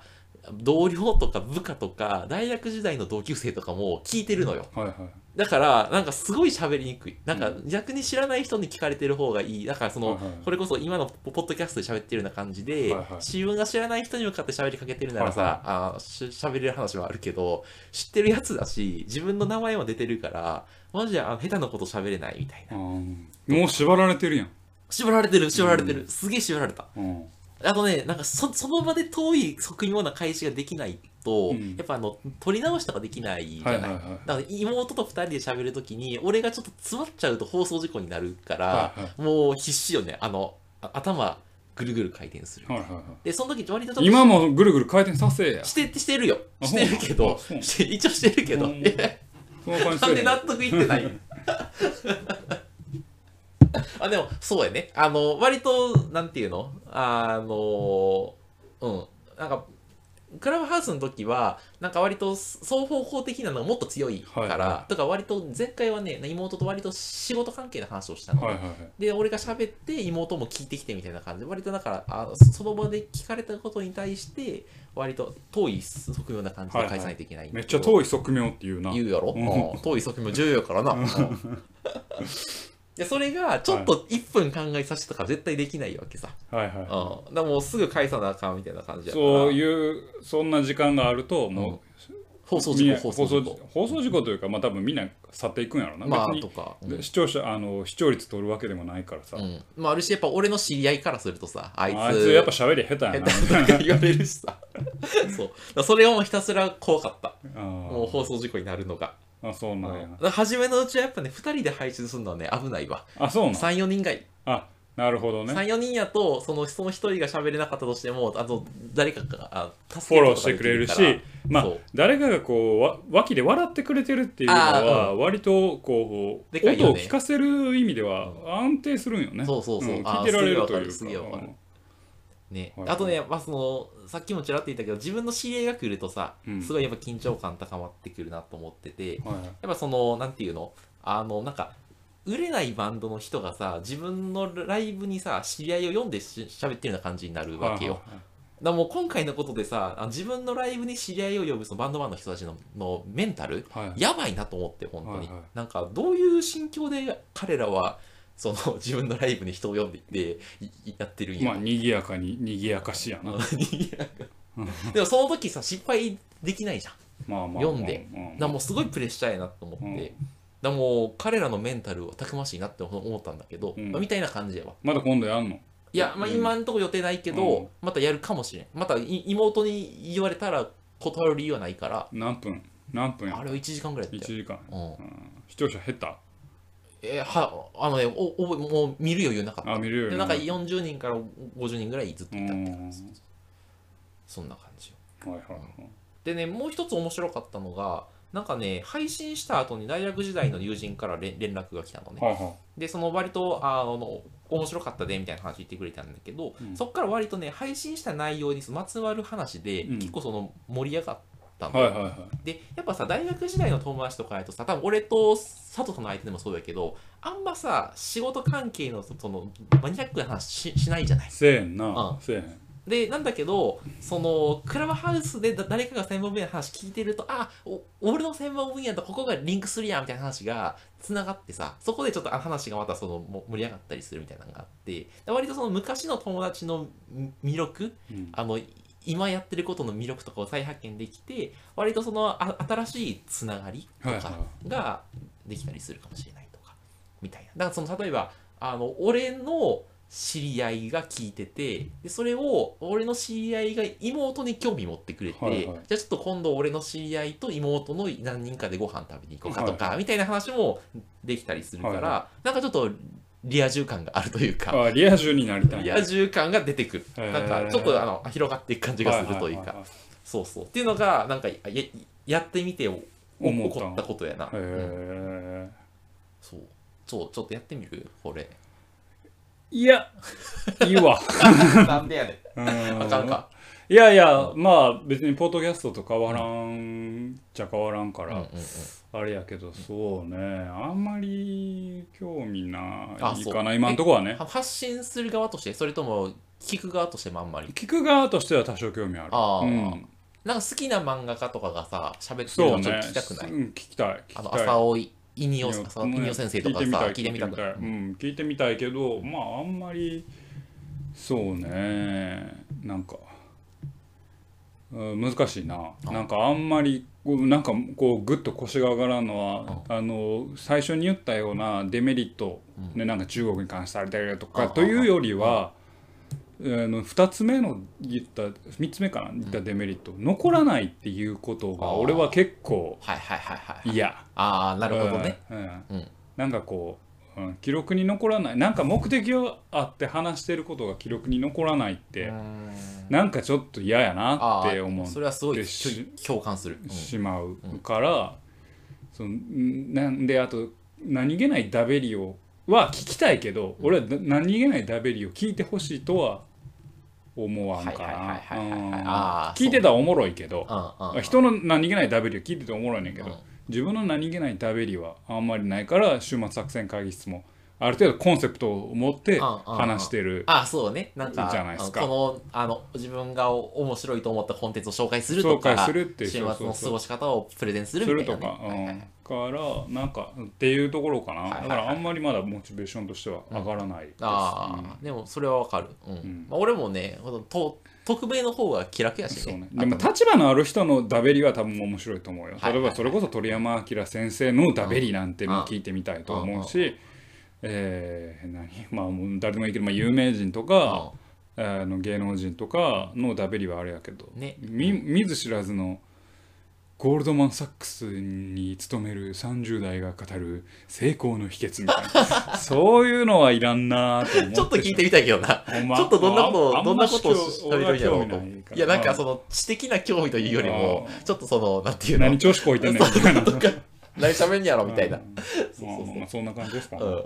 [SPEAKER 2] 同僚とか部下とか、大学時代の同級生とかも聞いてるのよ。
[SPEAKER 1] はいはい
[SPEAKER 2] だから、なんかすごい喋りにくい。なんか逆に知らない人に聞かれてる方がいい。だからその
[SPEAKER 1] はいはい、
[SPEAKER 2] これこそ今のポポッドキャストで喋ってるような感じで
[SPEAKER 1] はいはい、
[SPEAKER 2] 自分が知らない人に向かって喋りかけてるなら
[SPEAKER 1] はい
[SPEAKER 2] さ、あーし喋れる話はあるけど、知ってるやつだし、自分の名前も出てるから、マジであの下手なこと喋れないみたい
[SPEAKER 1] あ
[SPEAKER 2] な。
[SPEAKER 1] ーもう縛られてるやん、
[SPEAKER 2] 縛られてる、縛られてる。すげえ縛られた。
[SPEAKER 1] うん
[SPEAKER 2] あとね、なんかそその場で遠い即妙な返しができないと、
[SPEAKER 1] うん
[SPEAKER 2] やっぱあの、取り直しとかできないじゃない。
[SPEAKER 1] はいはいはい
[SPEAKER 2] だから妹と二人で喋るときに、俺がちょっと詰まっちゃうと放送事故になるから、
[SPEAKER 1] はいは
[SPEAKER 2] もう必死よね。あの、あ頭ぐるぐる回転する。
[SPEAKER 1] はいはいは
[SPEAKER 2] で、その時割とちょ
[SPEAKER 1] い
[SPEAKER 2] っと
[SPEAKER 1] 今もぐるぐる回転させや
[SPEAKER 2] して、してるよ。
[SPEAKER 1] あ
[SPEAKER 2] してるけど、
[SPEAKER 1] そうなのあそうなの
[SPEAKER 2] して一応してるけど、
[SPEAKER 1] うん
[SPEAKER 2] え
[SPEAKER 1] その感じ
[SPEAKER 2] なん
[SPEAKER 1] せ
[SPEAKER 2] で
[SPEAKER 1] えや
[SPEAKER 2] 納得いってないあでもそうやねあの割となんていうのあのうんなんかクラブハウスの時はなんか割と双方向的なのがもっと強いから、
[SPEAKER 1] はいは
[SPEAKER 2] とか割と前回はね妹と割と仕事関係の話をしたの、
[SPEAKER 1] はいはいはい
[SPEAKER 2] で俺が喋って妹も聞いてきてみたいな感じで割とだからあそその場で聞かれたことに対して割と遠い側面な感じで返さないといけない
[SPEAKER 1] めっちゃ
[SPEAKER 2] い
[SPEAKER 1] 遠い側面をっていうな
[SPEAKER 2] 言うやろ、
[SPEAKER 1] うん
[SPEAKER 2] うん遠い側面重要やか らな、うんでそれがちょっと1分考えさせたから絶対できないわけさ、
[SPEAKER 1] はいは
[SPEAKER 2] うん、だからもうすぐ返さなあかんみたいな感じ
[SPEAKER 1] い
[SPEAKER 2] やから
[SPEAKER 1] そういうそんな時間があるとも
[SPEAKER 2] 放
[SPEAKER 1] う
[SPEAKER 2] 送
[SPEAKER 1] みん
[SPEAKER 2] 事
[SPEAKER 1] な
[SPEAKER 2] 故放送事故
[SPEAKER 1] 放送事故というかまあ多分みんな去っていくんやろな
[SPEAKER 2] まあ
[SPEAKER 1] 別
[SPEAKER 2] と
[SPEAKER 1] に
[SPEAKER 2] か、うん
[SPEAKER 1] で視聴者あの視聴率取るわけでもないからさ
[SPEAKER 2] うんまあ、あるしやっぱ俺の知り合いからするとさあいつ
[SPEAKER 1] あいつやっぱ喋り下手やな
[SPEAKER 2] 下手とか言われるし さそうだからそれはもうひたすら怖かった
[SPEAKER 1] あ
[SPEAKER 2] もう
[SPEAKER 1] ー
[SPEAKER 2] 放送事故になるのが、
[SPEAKER 1] あそうなんや
[SPEAKER 2] だから初めのうちはやっぱね2人で配信するのはね危ないわ
[SPEAKER 1] あそうなん
[SPEAKER 2] 34人がいい
[SPEAKER 1] あなるほどね
[SPEAKER 2] 34人やとそのその1人が喋れなかったとしてもあと誰かがあ
[SPEAKER 1] フ
[SPEAKER 2] 助
[SPEAKER 1] ォ
[SPEAKER 2] け
[SPEAKER 1] ローし
[SPEAKER 2] とか
[SPEAKER 1] て
[SPEAKER 2] で
[SPEAKER 1] く
[SPEAKER 2] き
[SPEAKER 1] れる
[SPEAKER 2] から
[SPEAKER 1] しまあ
[SPEAKER 2] そう
[SPEAKER 1] 誰かがこうわ脇で笑ってくれてるっていうの
[SPEAKER 2] あー
[SPEAKER 1] は割とこう
[SPEAKER 2] でかいよね
[SPEAKER 1] 音を聞かせる意味では安定するんよね
[SPEAKER 2] そうそうそうん
[SPEAKER 1] 聞いてられると
[SPEAKER 2] あーすげ
[SPEAKER 1] い
[SPEAKER 2] え
[SPEAKER 1] う
[SPEAKER 2] わかるすげえわかる
[SPEAKER 1] か
[SPEAKER 2] ね
[SPEAKER 1] はい
[SPEAKER 2] あとね、まあ、そのさっきもちらっと言ったけど自分の知り合いが来るとさ、
[SPEAKER 1] うん
[SPEAKER 2] すごいやっぱ緊張感高まってくるなと思ってて、
[SPEAKER 1] うんはい
[SPEAKER 2] やっぱその、なんていうのあの、なんか、売れないバンドの人がさ、自分のライブにさ、知り合いを読んでし喋ってるような感じになるわけよ。
[SPEAKER 1] はいはいはい
[SPEAKER 2] だからもう今回のことでさ、あの自分のライブに知り合いを呼ぶそのバンドマンの人たちののメンタル、
[SPEAKER 1] はい
[SPEAKER 2] やばいなと思って、本当に。
[SPEAKER 1] はいはい
[SPEAKER 2] なんか、どういう心境で彼らは、その自分のライブに人を呼んでいって、いいやってるん
[SPEAKER 1] ま
[SPEAKER 2] や。
[SPEAKER 1] あ賑やかに賑やかしやなまあ
[SPEAKER 2] でもその時さ、失敗できないじゃん。
[SPEAKER 1] まあまあ
[SPEAKER 2] 読んで
[SPEAKER 1] う
[SPEAKER 2] だからもうすごいプレッシャーやなと思って、
[SPEAKER 1] うん
[SPEAKER 2] だからもう彼らのメンタルはたくましいなって思ったんだけど、
[SPEAKER 1] うん
[SPEAKER 2] まあみたいな感じやわ
[SPEAKER 1] まだ今度やんの
[SPEAKER 2] いや、まあ、
[SPEAKER 1] うん
[SPEAKER 2] 今んとこ予定ないけど、
[SPEAKER 1] うん
[SPEAKER 2] またやるかもしれんまたい妹に言われたら断る理由はないから、
[SPEAKER 1] 何分何分や
[SPEAKER 2] あれは1時間ぐらい
[SPEAKER 1] 1
[SPEAKER 2] やったよ、
[SPEAKER 1] 時間
[SPEAKER 2] う
[SPEAKER 1] う
[SPEAKER 2] ん
[SPEAKER 1] ん視聴者減った
[SPEAKER 2] えーはあのねおおもう見る余裕なかった
[SPEAKER 1] あ見れるよ
[SPEAKER 2] で
[SPEAKER 1] ね
[SPEAKER 2] なんか40人から50人ぐらいずっと
[SPEAKER 1] う
[SPEAKER 2] いたって
[SPEAKER 1] ん
[SPEAKER 2] 感
[SPEAKER 1] は
[SPEAKER 2] じ、そんな感じよ
[SPEAKER 1] いはいはい
[SPEAKER 2] でねもう一つ面白かったのがなんかね配信した後に大学時代の友人から連連絡が来たのね
[SPEAKER 1] はいは
[SPEAKER 2] でその割とあの面白かったでみたいな話言ってくれたんだけど、
[SPEAKER 1] うん
[SPEAKER 2] そこから割とね配信した内容にまつわる話で、
[SPEAKER 1] うん
[SPEAKER 2] 結構その盛り上がったの、
[SPEAKER 1] いはいはいは
[SPEAKER 2] でやっぱさ大学時代の友達とかやとさ多分俺と佐藤さんの相手でもそうだけどあんまさ仕事関係のそそのマニアックな話ししないじゃない
[SPEAKER 1] いせえへんな
[SPEAKER 2] う
[SPEAKER 1] せえへん
[SPEAKER 2] でなんだけどそのクラブハウスでだ誰かが専門分野の話聞いてるとあお俺の専門分野とここがリンクするやんみたいな話がつながってさそこでちょっとあ話がまたそのも盛り上がったりするみたいなのがあってで割とその昔の友達の魅力
[SPEAKER 1] うん
[SPEAKER 2] あのい今やってることの魅力とかを再発見できて割とそのあ新しいつながりと
[SPEAKER 1] はい
[SPEAKER 2] か
[SPEAKER 1] は
[SPEAKER 2] ができたりするかもしれないとかみたいなだからその例えばあの俺の知り合いが聞いててでそれを俺の知り合いが妹に興味持ってくれて、
[SPEAKER 1] はいはい
[SPEAKER 2] じゃあちょっと今度俺の知り合いと妹の何人かでご飯食べに行こうかとか、
[SPEAKER 1] は
[SPEAKER 2] みたいな話もできたりするから、
[SPEAKER 1] はいは
[SPEAKER 2] なんかちょっとリア充感があるというか
[SPEAKER 1] あリア充になりたい
[SPEAKER 2] リア充感が出てくる、
[SPEAKER 1] へー
[SPEAKER 2] なんかちょっとあの広がっていく感じがするというか、
[SPEAKER 1] はははは
[SPEAKER 2] そうそうっていうのがなんかややってみてお
[SPEAKER 1] 思
[SPEAKER 2] 起
[SPEAKER 1] った
[SPEAKER 2] こったことやな、うん
[SPEAKER 1] へ
[SPEAKER 2] そうそうちょっとやってみるこれ
[SPEAKER 1] えいやいいわ
[SPEAKER 2] なんでやね
[SPEAKER 1] うん
[SPEAKER 2] ん あかんか
[SPEAKER 1] いやいやまあ別にポッドキャストと変わらんじゃ変わらんか
[SPEAKER 2] うんうん
[SPEAKER 1] ら
[SPEAKER 2] うん
[SPEAKER 1] あれやけどそうねあんまり興味な
[SPEAKER 2] あ
[SPEAKER 1] い
[SPEAKER 2] そう
[SPEAKER 1] かな今んとこはね
[SPEAKER 2] は発信する側としてそれとも聞く側としてもあんまり
[SPEAKER 1] 聞く側としては多少興味ある
[SPEAKER 2] あー
[SPEAKER 1] うん
[SPEAKER 2] なんか好きな漫画家とかがさ喋ってる
[SPEAKER 1] そう
[SPEAKER 2] のちょっ
[SPEAKER 1] ね
[SPEAKER 2] と聞きたくない、
[SPEAKER 1] うん聞きたい聞きた
[SPEAKER 2] あ
[SPEAKER 1] い
[SPEAKER 2] の朝尾いにお
[SPEAKER 1] いや
[SPEAKER 2] 朝尾いにお先生とかさ聞いてみたくない
[SPEAKER 1] うん聞いてみたいけどまああんまりそうねなんか、うん、難しいな
[SPEAKER 2] あ
[SPEAKER 1] なんかあんまりこうなんかこうグッと腰が上がらんのはあの最初に言ったようなデメリット、ね、なんか中国に関してあれだよとか
[SPEAKER 2] あ
[SPEAKER 1] というよりはあの2つ目の言った3つ目かな言ったデメリット、残らないっていうこと
[SPEAKER 2] あ
[SPEAKER 1] が
[SPEAKER 2] ー
[SPEAKER 1] 俺は結構
[SPEAKER 2] はいはいはいはいはい
[SPEAKER 1] 嫌。
[SPEAKER 2] ああなるほどね、
[SPEAKER 1] うん
[SPEAKER 2] うん
[SPEAKER 1] なんかこう、うん記録に残らないなんか目的があって話してることが記録に残らないって、
[SPEAKER 2] うん
[SPEAKER 1] なんかちょっと嫌やなって思
[SPEAKER 2] あーそれはすごい
[SPEAKER 1] でし
[SPEAKER 2] 共感する、うん
[SPEAKER 1] うしまうから、そのんなんであと何気ないダベリをは聞きたいけど、俺はな何気ないダベリを聞いてほしいとは思わんか
[SPEAKER 2] はいはい
[SPEAKER 1] な
[SPEAKER 2] はいはいはい
[SPEAKER 1] うん
[SPEAKER 2] あー
[SPEAKER 1] 聞いてたらおもろいけど
[SPEAKER 2] うんうんうん
[SPEAKER 1] 人の何気ないダベリは聞いてておもろいねんけど、
[SPEAKER 2] うん
[SPEAKER 1] 自分の何気ないダベリはあんまりないから週末作戦会議室もある程度コンセプトを持って
[SPEAKER 2] うんうんうん
[SPEAKER 1] 話してる
[SPEAKER 2] あそうねなんか
[SPEAKER 1] じゃないですか
[SPEAKER 2] あのこのあの自分が面白いと思ったコンテンツを紹介するとか
[SPEAKER 1] 紹介するっていう
[SPEAKER 2] 週末
[SPEAKER 1] そう
[SPEAKER 2] の
[SPEAKER 1] そう
[SPEAKER 2] 過
[SPEAKER 1] そう
[SPEAKER 2] ごし方をプレゼンす
[SPEAKER 1] す
[SPEAKER 2] る
[SPEAKER 1] る
[SPEAKER 2] みた
[SPEAKER 1] と
[SPEAKER 2] いな、
[SPEAKER 1] か、
[SPEAKER 2] ねはいはいはい
[SPEAKER 1] うん、からなんかっていうところかな、
[SPEAKER 2] いはいはい
[SPEAKER 1] だからあんまりまだモチベーションとしては上がらないです、
[SPEAKER 2] ああ、でもそれはわかる、うん
[SPEAKER 1] ん
[SPEAKER 2] まあ、俺もねほんと匿名の方が気楽やし
[SPEAKER 1] そう
[SPEAKER 2] ね
[SPEAKER 1] ね、でも立場のある人のダベリは多分面白いと思うよ、
[SPEAKER 2] はいはい
[SPEAKER 1] 例えばそれこそ鳥山明先生のダベリなんてのを聞いてみたいと思うし、えー何まあもう誰でもいいけど、まあ、有名人とか、あの芸能人とかのダベリはあれやけど、
[SPEAKER 2] ね
[SPEAKER 1] み見ず知らずのゴールドマン・サックスに勤める30代が語る成功の秘訣みたい なそういうのはいらんなと思っ
[SPEAKER 2] うん
[SPEAKER 1] て
[SPEAKER 2] ちょっと聞いてみたいけどな
[SPEAKER 1] ほんま
[SPEAKER 2] ちょっとどんなこと
[SPEAKER 1] あ
[SPEAKER 2] を
[SPEAKER 1] ん
[SPEAKER 2] どんなことをしゃ
[SPEAKER 1] 俺
[SPEAKER 2] べ
[SPEAKER 1] は
[SPEAKER 2] るんやろ
[SPEAKER 1] 興
[SPEAKER 2] う
[SPEAKER 1] 味
[SPEAKER 2] と
[SPEAKER 1] ないから
[SPEAKER 2] いやなんかその知的な興味というよりもちょっとそのなんていうの
[SPEAKER 1] 何調子こいてんねんみたいな
[SPEAKER 2] 何喋んやろみたいな
[SPEAKER 1] まあまあまあそんな感じですか、
[SPEAKER 2] うん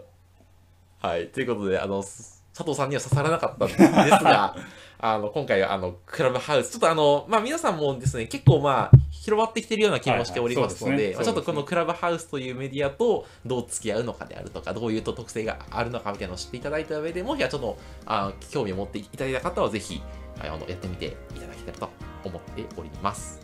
[SPEAKER 2] はい、ということで、あの、す佐藤さんには刺さらなかったんです が、あの、今回、あの、クラブハウス、ちょっとあの、まあ、皆さんもですね、結構まあ、広まってきてるような気もしておりますの
[SPEAKER 1] はいはい
[SPEAKER 2] で、
[SPEAKER 1] そ
[SPEAKER 2] ま
[SPEAKER 1] うですね
[SPEAKER 2] あちょっと
[SPEAKER 1] そ
[SPEAKER 2] こ
[SPEAKER 1] うですね
[SPEAKER 2] のクラブハウスというメディアとどう付き合うのかであるとか、どういうと特性があるのかみたいなのを知っていただいた上で、もしはちょっと、あの興味を持っていただいた方は、ぜひ、あの、やってみていただけたらと思っております。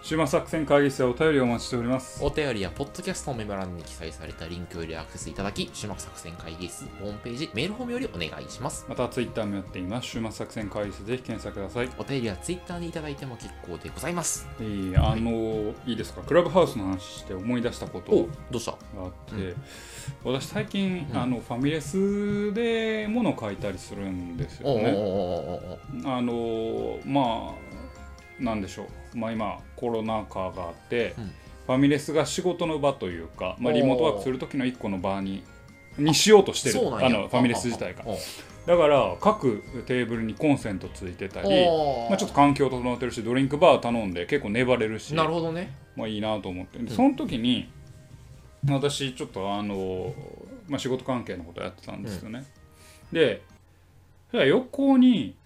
[SPEAKER 1] 週末作戦会議室でお便りをお待ちしております
[SPEAKER 2] お便りやポッドキャストのメモ欄に記載されたリンクよりアクセスいただき、種目作戦会議室、ホームページ、メールフォームよりお願いします。
[SPEAKER 1] またツイッターもやっています週末作戦会議室ぜひ検索ください
[SPEAKER 2] お便りはツイッターにいただいても結構でございます。
[SPEAKER 1] えーあのいいですかクラブハウスの話して思い出したこと
[SPEAKER 2] おどうした
[SPEAKER 1] があって、私最近、あのファミレスで物を買いたりするんですよ
[SPEAKER 2] おうおう
[SPEAKER 1] ね
[SPEAKER 2] おうおうおう
[SPEAKER 1] あのまあなんでしょう、まあ、今コロナ禍があって、
[SPEAKER 2] うん
[SPEAKER 1] ファミレスが仕事の場というか、まあ、
[SPEAKER 2] おー
[SPEAKER 1] リモートワークする時の1個の場ににしようとしてる
[SPEAKER 2] そうなん
[SPEAKER 1] あ
[SPEAKER 2] や
[SPEAKER 1] のファミレス自体が
[SPEAKER 2] おう
[SPEAKER 1] だから各テーブルにコンセントついてたり
[SPEAKER 2] おう
[SPEAKER 1] まあ、ちょっと環境整ってるしドリンクバー頼んで結構粘れるし
[SPEAKER 2] なるほどね。
[SPEAKER 1] まあ、いいなと思ってでその時に私ちょっとあの、まあ、仕事関係のことやってたんですよね、でそしたら横に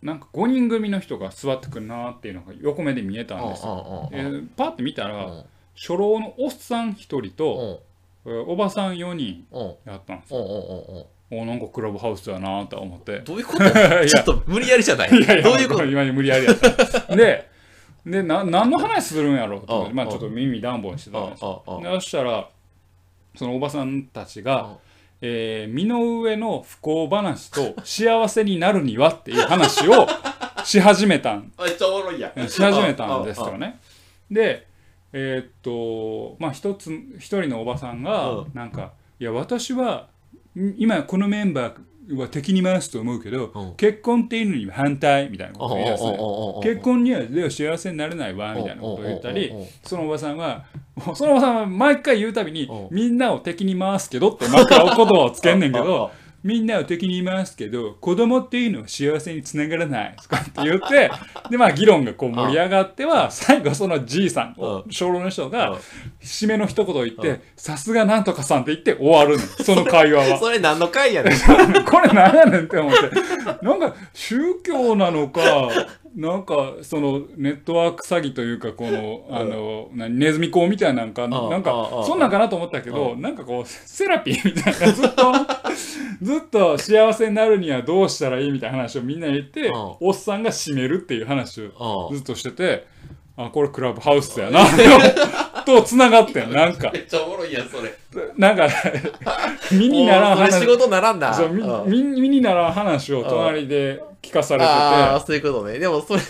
[SPEAKER 1] なんか5人組の人が座ってくるなっていうのが横目で見えたんですよ、
[SPEAKER 2] うんうんうんうん
[SPEAKER 1] でパッて見たら、
[SPEAKER 2] うん
[SPEAKER 1] 初老のおっさん1人
[SPEAKER 2] う
[SPEAKER 1] と、
[SPEAKER 2] ん
[SPEAKER 1] えーおばさん4人
[SPEAKER 2] うんうん
[SPEAKER 1] やったんですよ
[SPEAKER 2] うんうんうん
[SPEAKER 1] おなんかクラブハウスだなと思って
[SPEAKER 2] どうい うことちょっと無理やりじゃない。どう
[SPEAKER 1] いやいや
[SPEAKER 2] いうこと
[SPEAKER 1] 今に無理やりやったででな何の話するんやろうと思っ
[SPEAKER 2] う
[SPEAKER 1] て、
[SPEAKER 2] ん
[SPEAKER 1] まあ、ちょっと耳暖房にしてたんですよ
[SPEAKER 2] うんうんう
[SPEAKER 1] そ
[SPEAKER 2] ん
[SPEAKER 1] したらそのおばさんたち
[SPEAKER 2] うん
[SPEAKER 1] が、えー身の上の不幸話と幸せになるにはっていう話をし始めたん
[SPEAKER 2] めっちゃおもろいやん。
[SPEAKER 1] し始めたんですよね。でえーっとまあ一つ一人のおばさんが
[SPEAKER 2] うん
[SPEAKER 1] なんか「いや私はん今このメンバーは敵に回すと思うけど、
[SPEAKER 2] うん
[SPEAKER 1] 結婚っていうのには反対」みたいな
[SPEAKER 2] う
[SPEAKER 1] こ
[SPEAKER 2] ん。
[SPEAKER 1] とを言い出すね結婚にはでは幸せになれないわみたいなことを言ったり
[SPEAKER 2] うんうんうんうん
[SPEAKER 1] そのおばさんはもうそのおばさんは毎回言うたびに
[SPEAKER 2] うん
[SPEAKER 1] みんなを敵に回すけどって毎回お言葉をつけんねんけ
[SPEAKER 2] うんうんうん
[SPEAKER 1] どみんなを敵に回すけど子供っていうのは幸せにつながらないとかって言ってでまあ議論がこう盛り上がっては最後そのじいさん
[SPEAKER 2] うん
[SPEAKER 1] 小老の人
[SPEAKER 2] う
[SPEAKER 1] が
[SPEAKER 2] ん
[SPEAKER 1] 締めの一言を言っ
[SPEAKER 2] う
[SPEAKER 1] てさすがなんとかさんって言って終わるのその会話は。
[SPEAKER 2] それ何の回やねん。
[SPEAKER 1] これ何やねんって思ってなんか宗教なのかなんかそのネットワーク詐欺というかこのあの何ネズミ講みたいなんか
[SPEAKER 2] ん
[SPEAKER 1] なん
[SPEAKER 2] う
[SPEAKER 1] か
[SPEAKER 2] ん
[SPEAKER 1] そんなんかなと思ったけどなんかこうセラピーみた いなずっとずっと幸せになるにはどうしたらいいみたいな話をみんなに言って
[SPEAKER 2] うん
[SPEAKER 1] おっさんが締めるっていう話を
[SPEAKER 2] うん
[SPEAKER 1] ずっとしててあこれクラブハウスやなと繋がってんなんか
[SPEAKER 2] めっちゃおもろいやん、それ。
[SPEAKER 1] なんか 身にならん
[SPEAKER 2] もうそ
[SPEAKER 1] 話
[SPEAKER 2] れ仕事ならんな。
[SPEAKER 1] そうみ
[SPEAKER 2] うん
[SPEAKER 1] み身にならん話を隣で聞かされ
[SPEAKER 2] ああ
[SPEAKER 1] て
[SPEAKER 2] ー、そういうことね。でも、それ、そ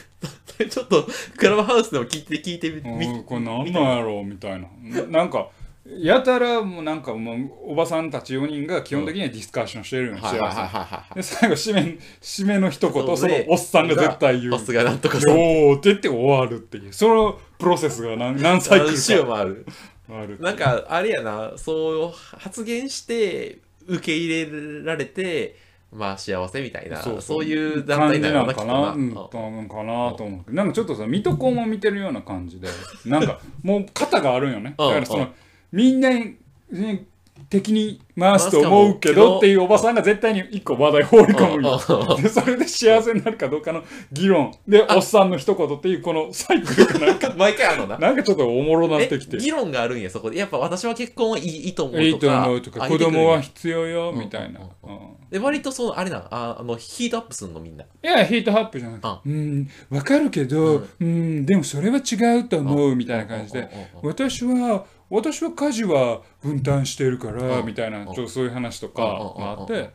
[SPEAKER 2] れちょっと、クラブハウスでも聞いて、聞いてみ、
[SPEAKER 1] て、
[SPEAKER 2] み
[SPEAKER 1] うん、これなんなんやろうみたいな。なんかやたらもうなんかもうおばさんたち4人が基本的にはディスカッションしてるように
[SPEAKER 2] は
[SPEAKER 1] し
[SPEAKER 2] い
[SPEAKER 1] て
[SPEAKER 2] はいはい
[SPEAKER 1] ま
[SPEAKER 2] はいは
[SPEAKER 1] で最後締め締めの一言
[SPEAKER 2] そ
[SPEAKER 1] そうの
[SPEAKER 2] ね
[SPEAKER 1] おっさんが絶対言
[SPEAKER 2] い。
[SPEAKER 1] う
[SPEAKER 2] さ。すがなんとかさん。
[SPEAKER 1] よーって言って終わるっていうそのプロセスが何何サイク
[SPEAKER 2] 何週
[SPEAKER 1] ルか
[SPEAKER 2] もある。
[SPEAKER 1] うある
[SPEAKER 2] なんかあれやなそう発言して受け入れられてまあ幸せみたいなそういう団
[SPEAKER 1] 感
[SPEAKER 2] 体
[SPEAKER 1] じ
[SPEAKER 2] な
[SPEAKER 1] なの
[SPEAKER 2] のか
[SPEAKER 1] か
[SPEAKER 2] な
[SPEAKER 1] な、
[SPEAKER 2] きっとな
[SPEAKER 1] うん、
[SPEAKER 2] うん
[SPEAKER 1] 多分かなと思うけどなんかちょっとさ水戸黄門見てるような感じでなんかもう肩があるんよね
[SPEAKER 2] うん
[SPEAKER 1] だからそうのみんなにね敵に回すと思うけどっていうおばさんが絶対に一個話題放り込むよ
[SPEAKER 2] うんうん
[SPEAKER 1] でそれで幸せになるかどうかの議論でおっさんの一言っていうこのサイクルが なんか
[SPEAKER 2] 毎回あるのな
[SPEAKER 1] なんかちょっとおもろなっ
[SPEAKER 2] え
[SPEAKER 1] てきて
[SPEAKER 2] 議論があるんやそこでやっぱ私は結婚はいいいいと思うとか
[SPEAKER 1] いいと思うとか
[SPEAKER 2] あ
[SPEAKER 1] 子供
[SPEAKER 2] い
[SPEAKER 1] はい
[SPEAKER 2] と思う
[SPEAKER 1] 必要よみたいな
[SPEAKER 2] うん
[SPEAKER 1] う
[SPEAKER 2] う
[SPEAKER 1] ん
[SPEAKER 2] で割とそのあれなああのヒートアップすんのみんない
[SPEAKER 1] や、ヒートアップじゃな
[SPEAKER 2] あ
[SPEAKER 1] くて、うん、わかるけど、
[SPEAKER 2] うん
[SPEAKER 1] うん、でもそれは違うと思うみたいな感じで、
[SPEAKER 2] うんうん
[SPEAKER 1] 私は、私は家事は分担してるから、
[SPEAKER 2] うん
[SPEAKER 1] みたいな、ちょっとそういう話とか
[SPEAKER 2] うん
[SPEAKER 1] があっ
[SPEAKER 2] うん
[SPEAKER 1] て、う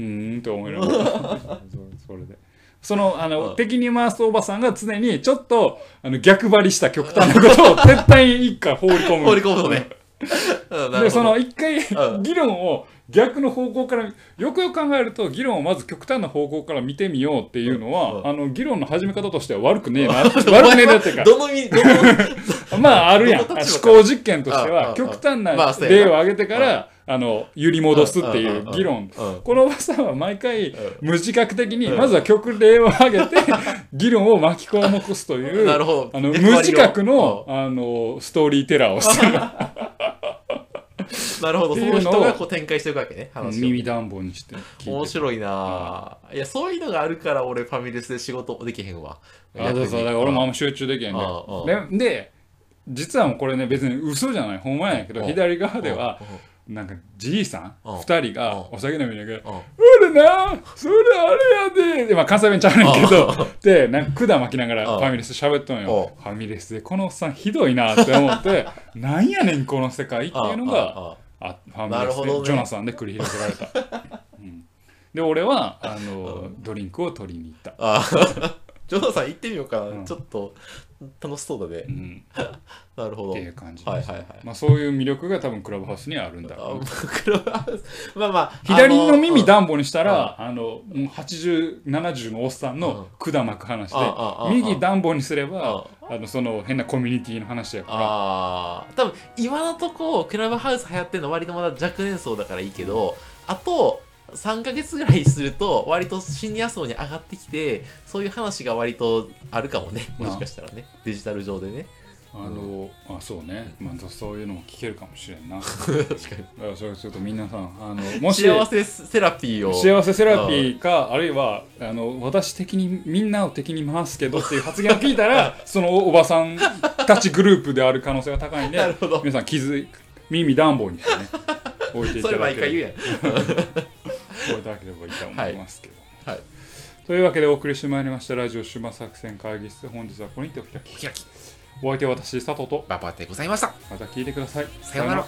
[SPEAKER 1] ーんと思いなが ら、そそれで。その、あ
[SPEAKER 2] う
[SPEAKER 1] の、
[SPEAKER 2] ん
[SPEAKER 1] 敵に回すおばさんが常にちょっと、あの、逆張りした極端な ことを絶対に一回放り込む。
[SPEAKER 2] 放り込むのねうんなるほど
[SPEAKER 1] でその一回
[SPEAKER 2] うん
[SPEAKER 1] 議論を逆の方向からよくよく考えると議論をまず極端な方向から見てみようっていうの
[SPEAKER 2] うんう
[SPEAKER 1] は
[SPEAKER 2] ん
[SPEAKER 1] あの議論の始め方としては悪くねえな悪くねえなっていうか
[SPEAKER 2] どのみどの
[SPEAKER 1] まああるやん思
[SPEAKER 2] どの立場か
[SPEAKER 1] 考実験として
[SPEAKER 2] うんうんう
[SPEAKER 1] は
[SPEAKER 2] ん
[SPEAKER 1] 極端な
[SPEAKER 2] まあそうやな
[SPEAKER 1] 例を挙げてからあの揺り戻すっていう議論
[SPEAKER 2] うんうんうん
[SPEAKER 1] このおばさんは毎回
[SPEAKER 2] うん
[SPEAKER 1] 無自覚的に
[SPEAKER 2] うん
[SPEAKER 1] まずは極例を挙げて 議論を巻き込もすとい
[SPEAKER 2] なる
[SPEAKER 1] う
[SPEAKER 2] ほど
[SPEAKER 1] あの無
[SPEAKER 2] 役割を
[SPEAKER 1] 自覚のあのストーリーテラーをして る
[SPEAKER 2] うんなるほど
[SPEAKER 1] っ
[SPEAKER 2] そ
[SPEAKER 1] ていうの
[SPEAKER 2] の
[SPEAKER 1] を
[SPEAKER 2] 人がこう展開していくわけね話を
[SPEAKER 1] 耳暖房にして聞いて
[SPEAKER 2] 面白いなぁいやそういうのがあるから俺ファミレスで仕事できへんわ
[SPEAKER 1] あそうそうだから俺もあんま集中できへんね
[SPEAKER 2] あああ
[SPEAKER 1] でで実はもうこれね別に嘘じゃないほんまやけど
[SPEAKER 2] あ
[SPEAKER 1] 左側ではなんかじいさん
[SPEAKER 2] あ
[SPEAKER 1] 2人
[SPEAKER 2] あ
[SPEAKER 1] がお酒飲みながら
[SPEAKER 2] あ
[SPEAKER 1] 「俺なそれあれやで」でまあ関西弁ちゃうねんけどでなんか管巻きながら
[SPEAKER 2] あ
[SPEAKER 1] ファミレスで喋っとんよファミレスでこのおっさんひどいなって思って なんやねんこの世界っていうのが
[SPEAKER 2] あ
[SPEAKER 1] あファ
[SPEAKER 2] な
[SPEAKER 1] ミ
[SPEAKER 2] る
[SPEAKER 1] レス
[SPEAKER 2] ほ
[SPEAKER 1] で、
[SPEAKER 2] どね
[SPEAKER 1] ジョナサンで繰り広げられた、う んで俺はあのドリンクを取りに行った、
[SPEAKER 2] あ あジョナさん行ってみようかな、
[SPEAKER 1] うん
[SPEAKER 2] ちょっと楽しそうだね
[SPEAKER 1] うん、
[SPEAKER 2] なるほど
[SPEAKER 1] っていう感じです、
[SPEAKER 2] はいはいはい
[SPEAKER 1] まあ、そういう魅力が多分クラブハウスにはあるんだ
[SPEAKER 2] あ
[SPEAKER 1] ろうな
[SPEAKER 2] クラブハウスまあまあ
[SPEAKER 1] 左の
[SPEAKER 2] あ
[SPEAKER 1] 耳暖房にした
[SPEAKER 2] あ
[SPEAKER 1] らあのもう8070のおっさんの管巻く話で
[SPEAKER 2] あああ
[SPEAKER 1] 右暖房にすれば
[SPEAKER 2] あ
[SPEAKER 1] あのその変なコミュニティの話やから
[SPEAKER 2] あー多分今のとこクラブハウス流行ってるの割とまだ若年層だからいいけど、あと3ヶ月ぐらいすると割とシニア層に上がってきてそういう話が割とあるかもねもしかしたらねデジタル上でね
[SPEAKER 1] あのあそうね、まあ、そういうのも聞けるかもしれんなだか
[SPEAKER 2] 確かに
[SPEAKER 1] らそれちょっと皆さんあのもし
[SPEAKER 2] 幸せセラピーを
[SPEAKER 1] 幸せセラピーかあるいはあの私的にみんなを敵に回すけど っていう発言を聞いたらそのおばさんたちグループである可能性が高いんで
[SPEAKER 2] なるほど
[SPEAKER 1] 皆さん気づい耳暖房にしてね置いてい
[SPEAKER 2] そ
[SPEAKER 1] た
[SPEAKER 2] れ
[SPEAKER 1] だ
[SPEAKER 2] 毎
[SPEAKER 1] け
[SPEAKER 2] 回
[SPEAKER 1] れ
[SPEAKER 2] 言
[SPEAKER 1] ば
[SPEAKER 2] う
[SPEAKER 1] 置いていただければいいと思いますけど、
[SPEAKER 2] やんはい
[SPEAKER 1] というわけでお送りしてまいりましたラジオ終末作戦会議室本日はここにてお開き
[SPEAKER 2] お開き
[SPEAKER 1] お相手は私佐藤と
[SPEAKER 2] ババでございました
[SPEAKER 1] また聞いてください
[SPEAKER 2] さようなら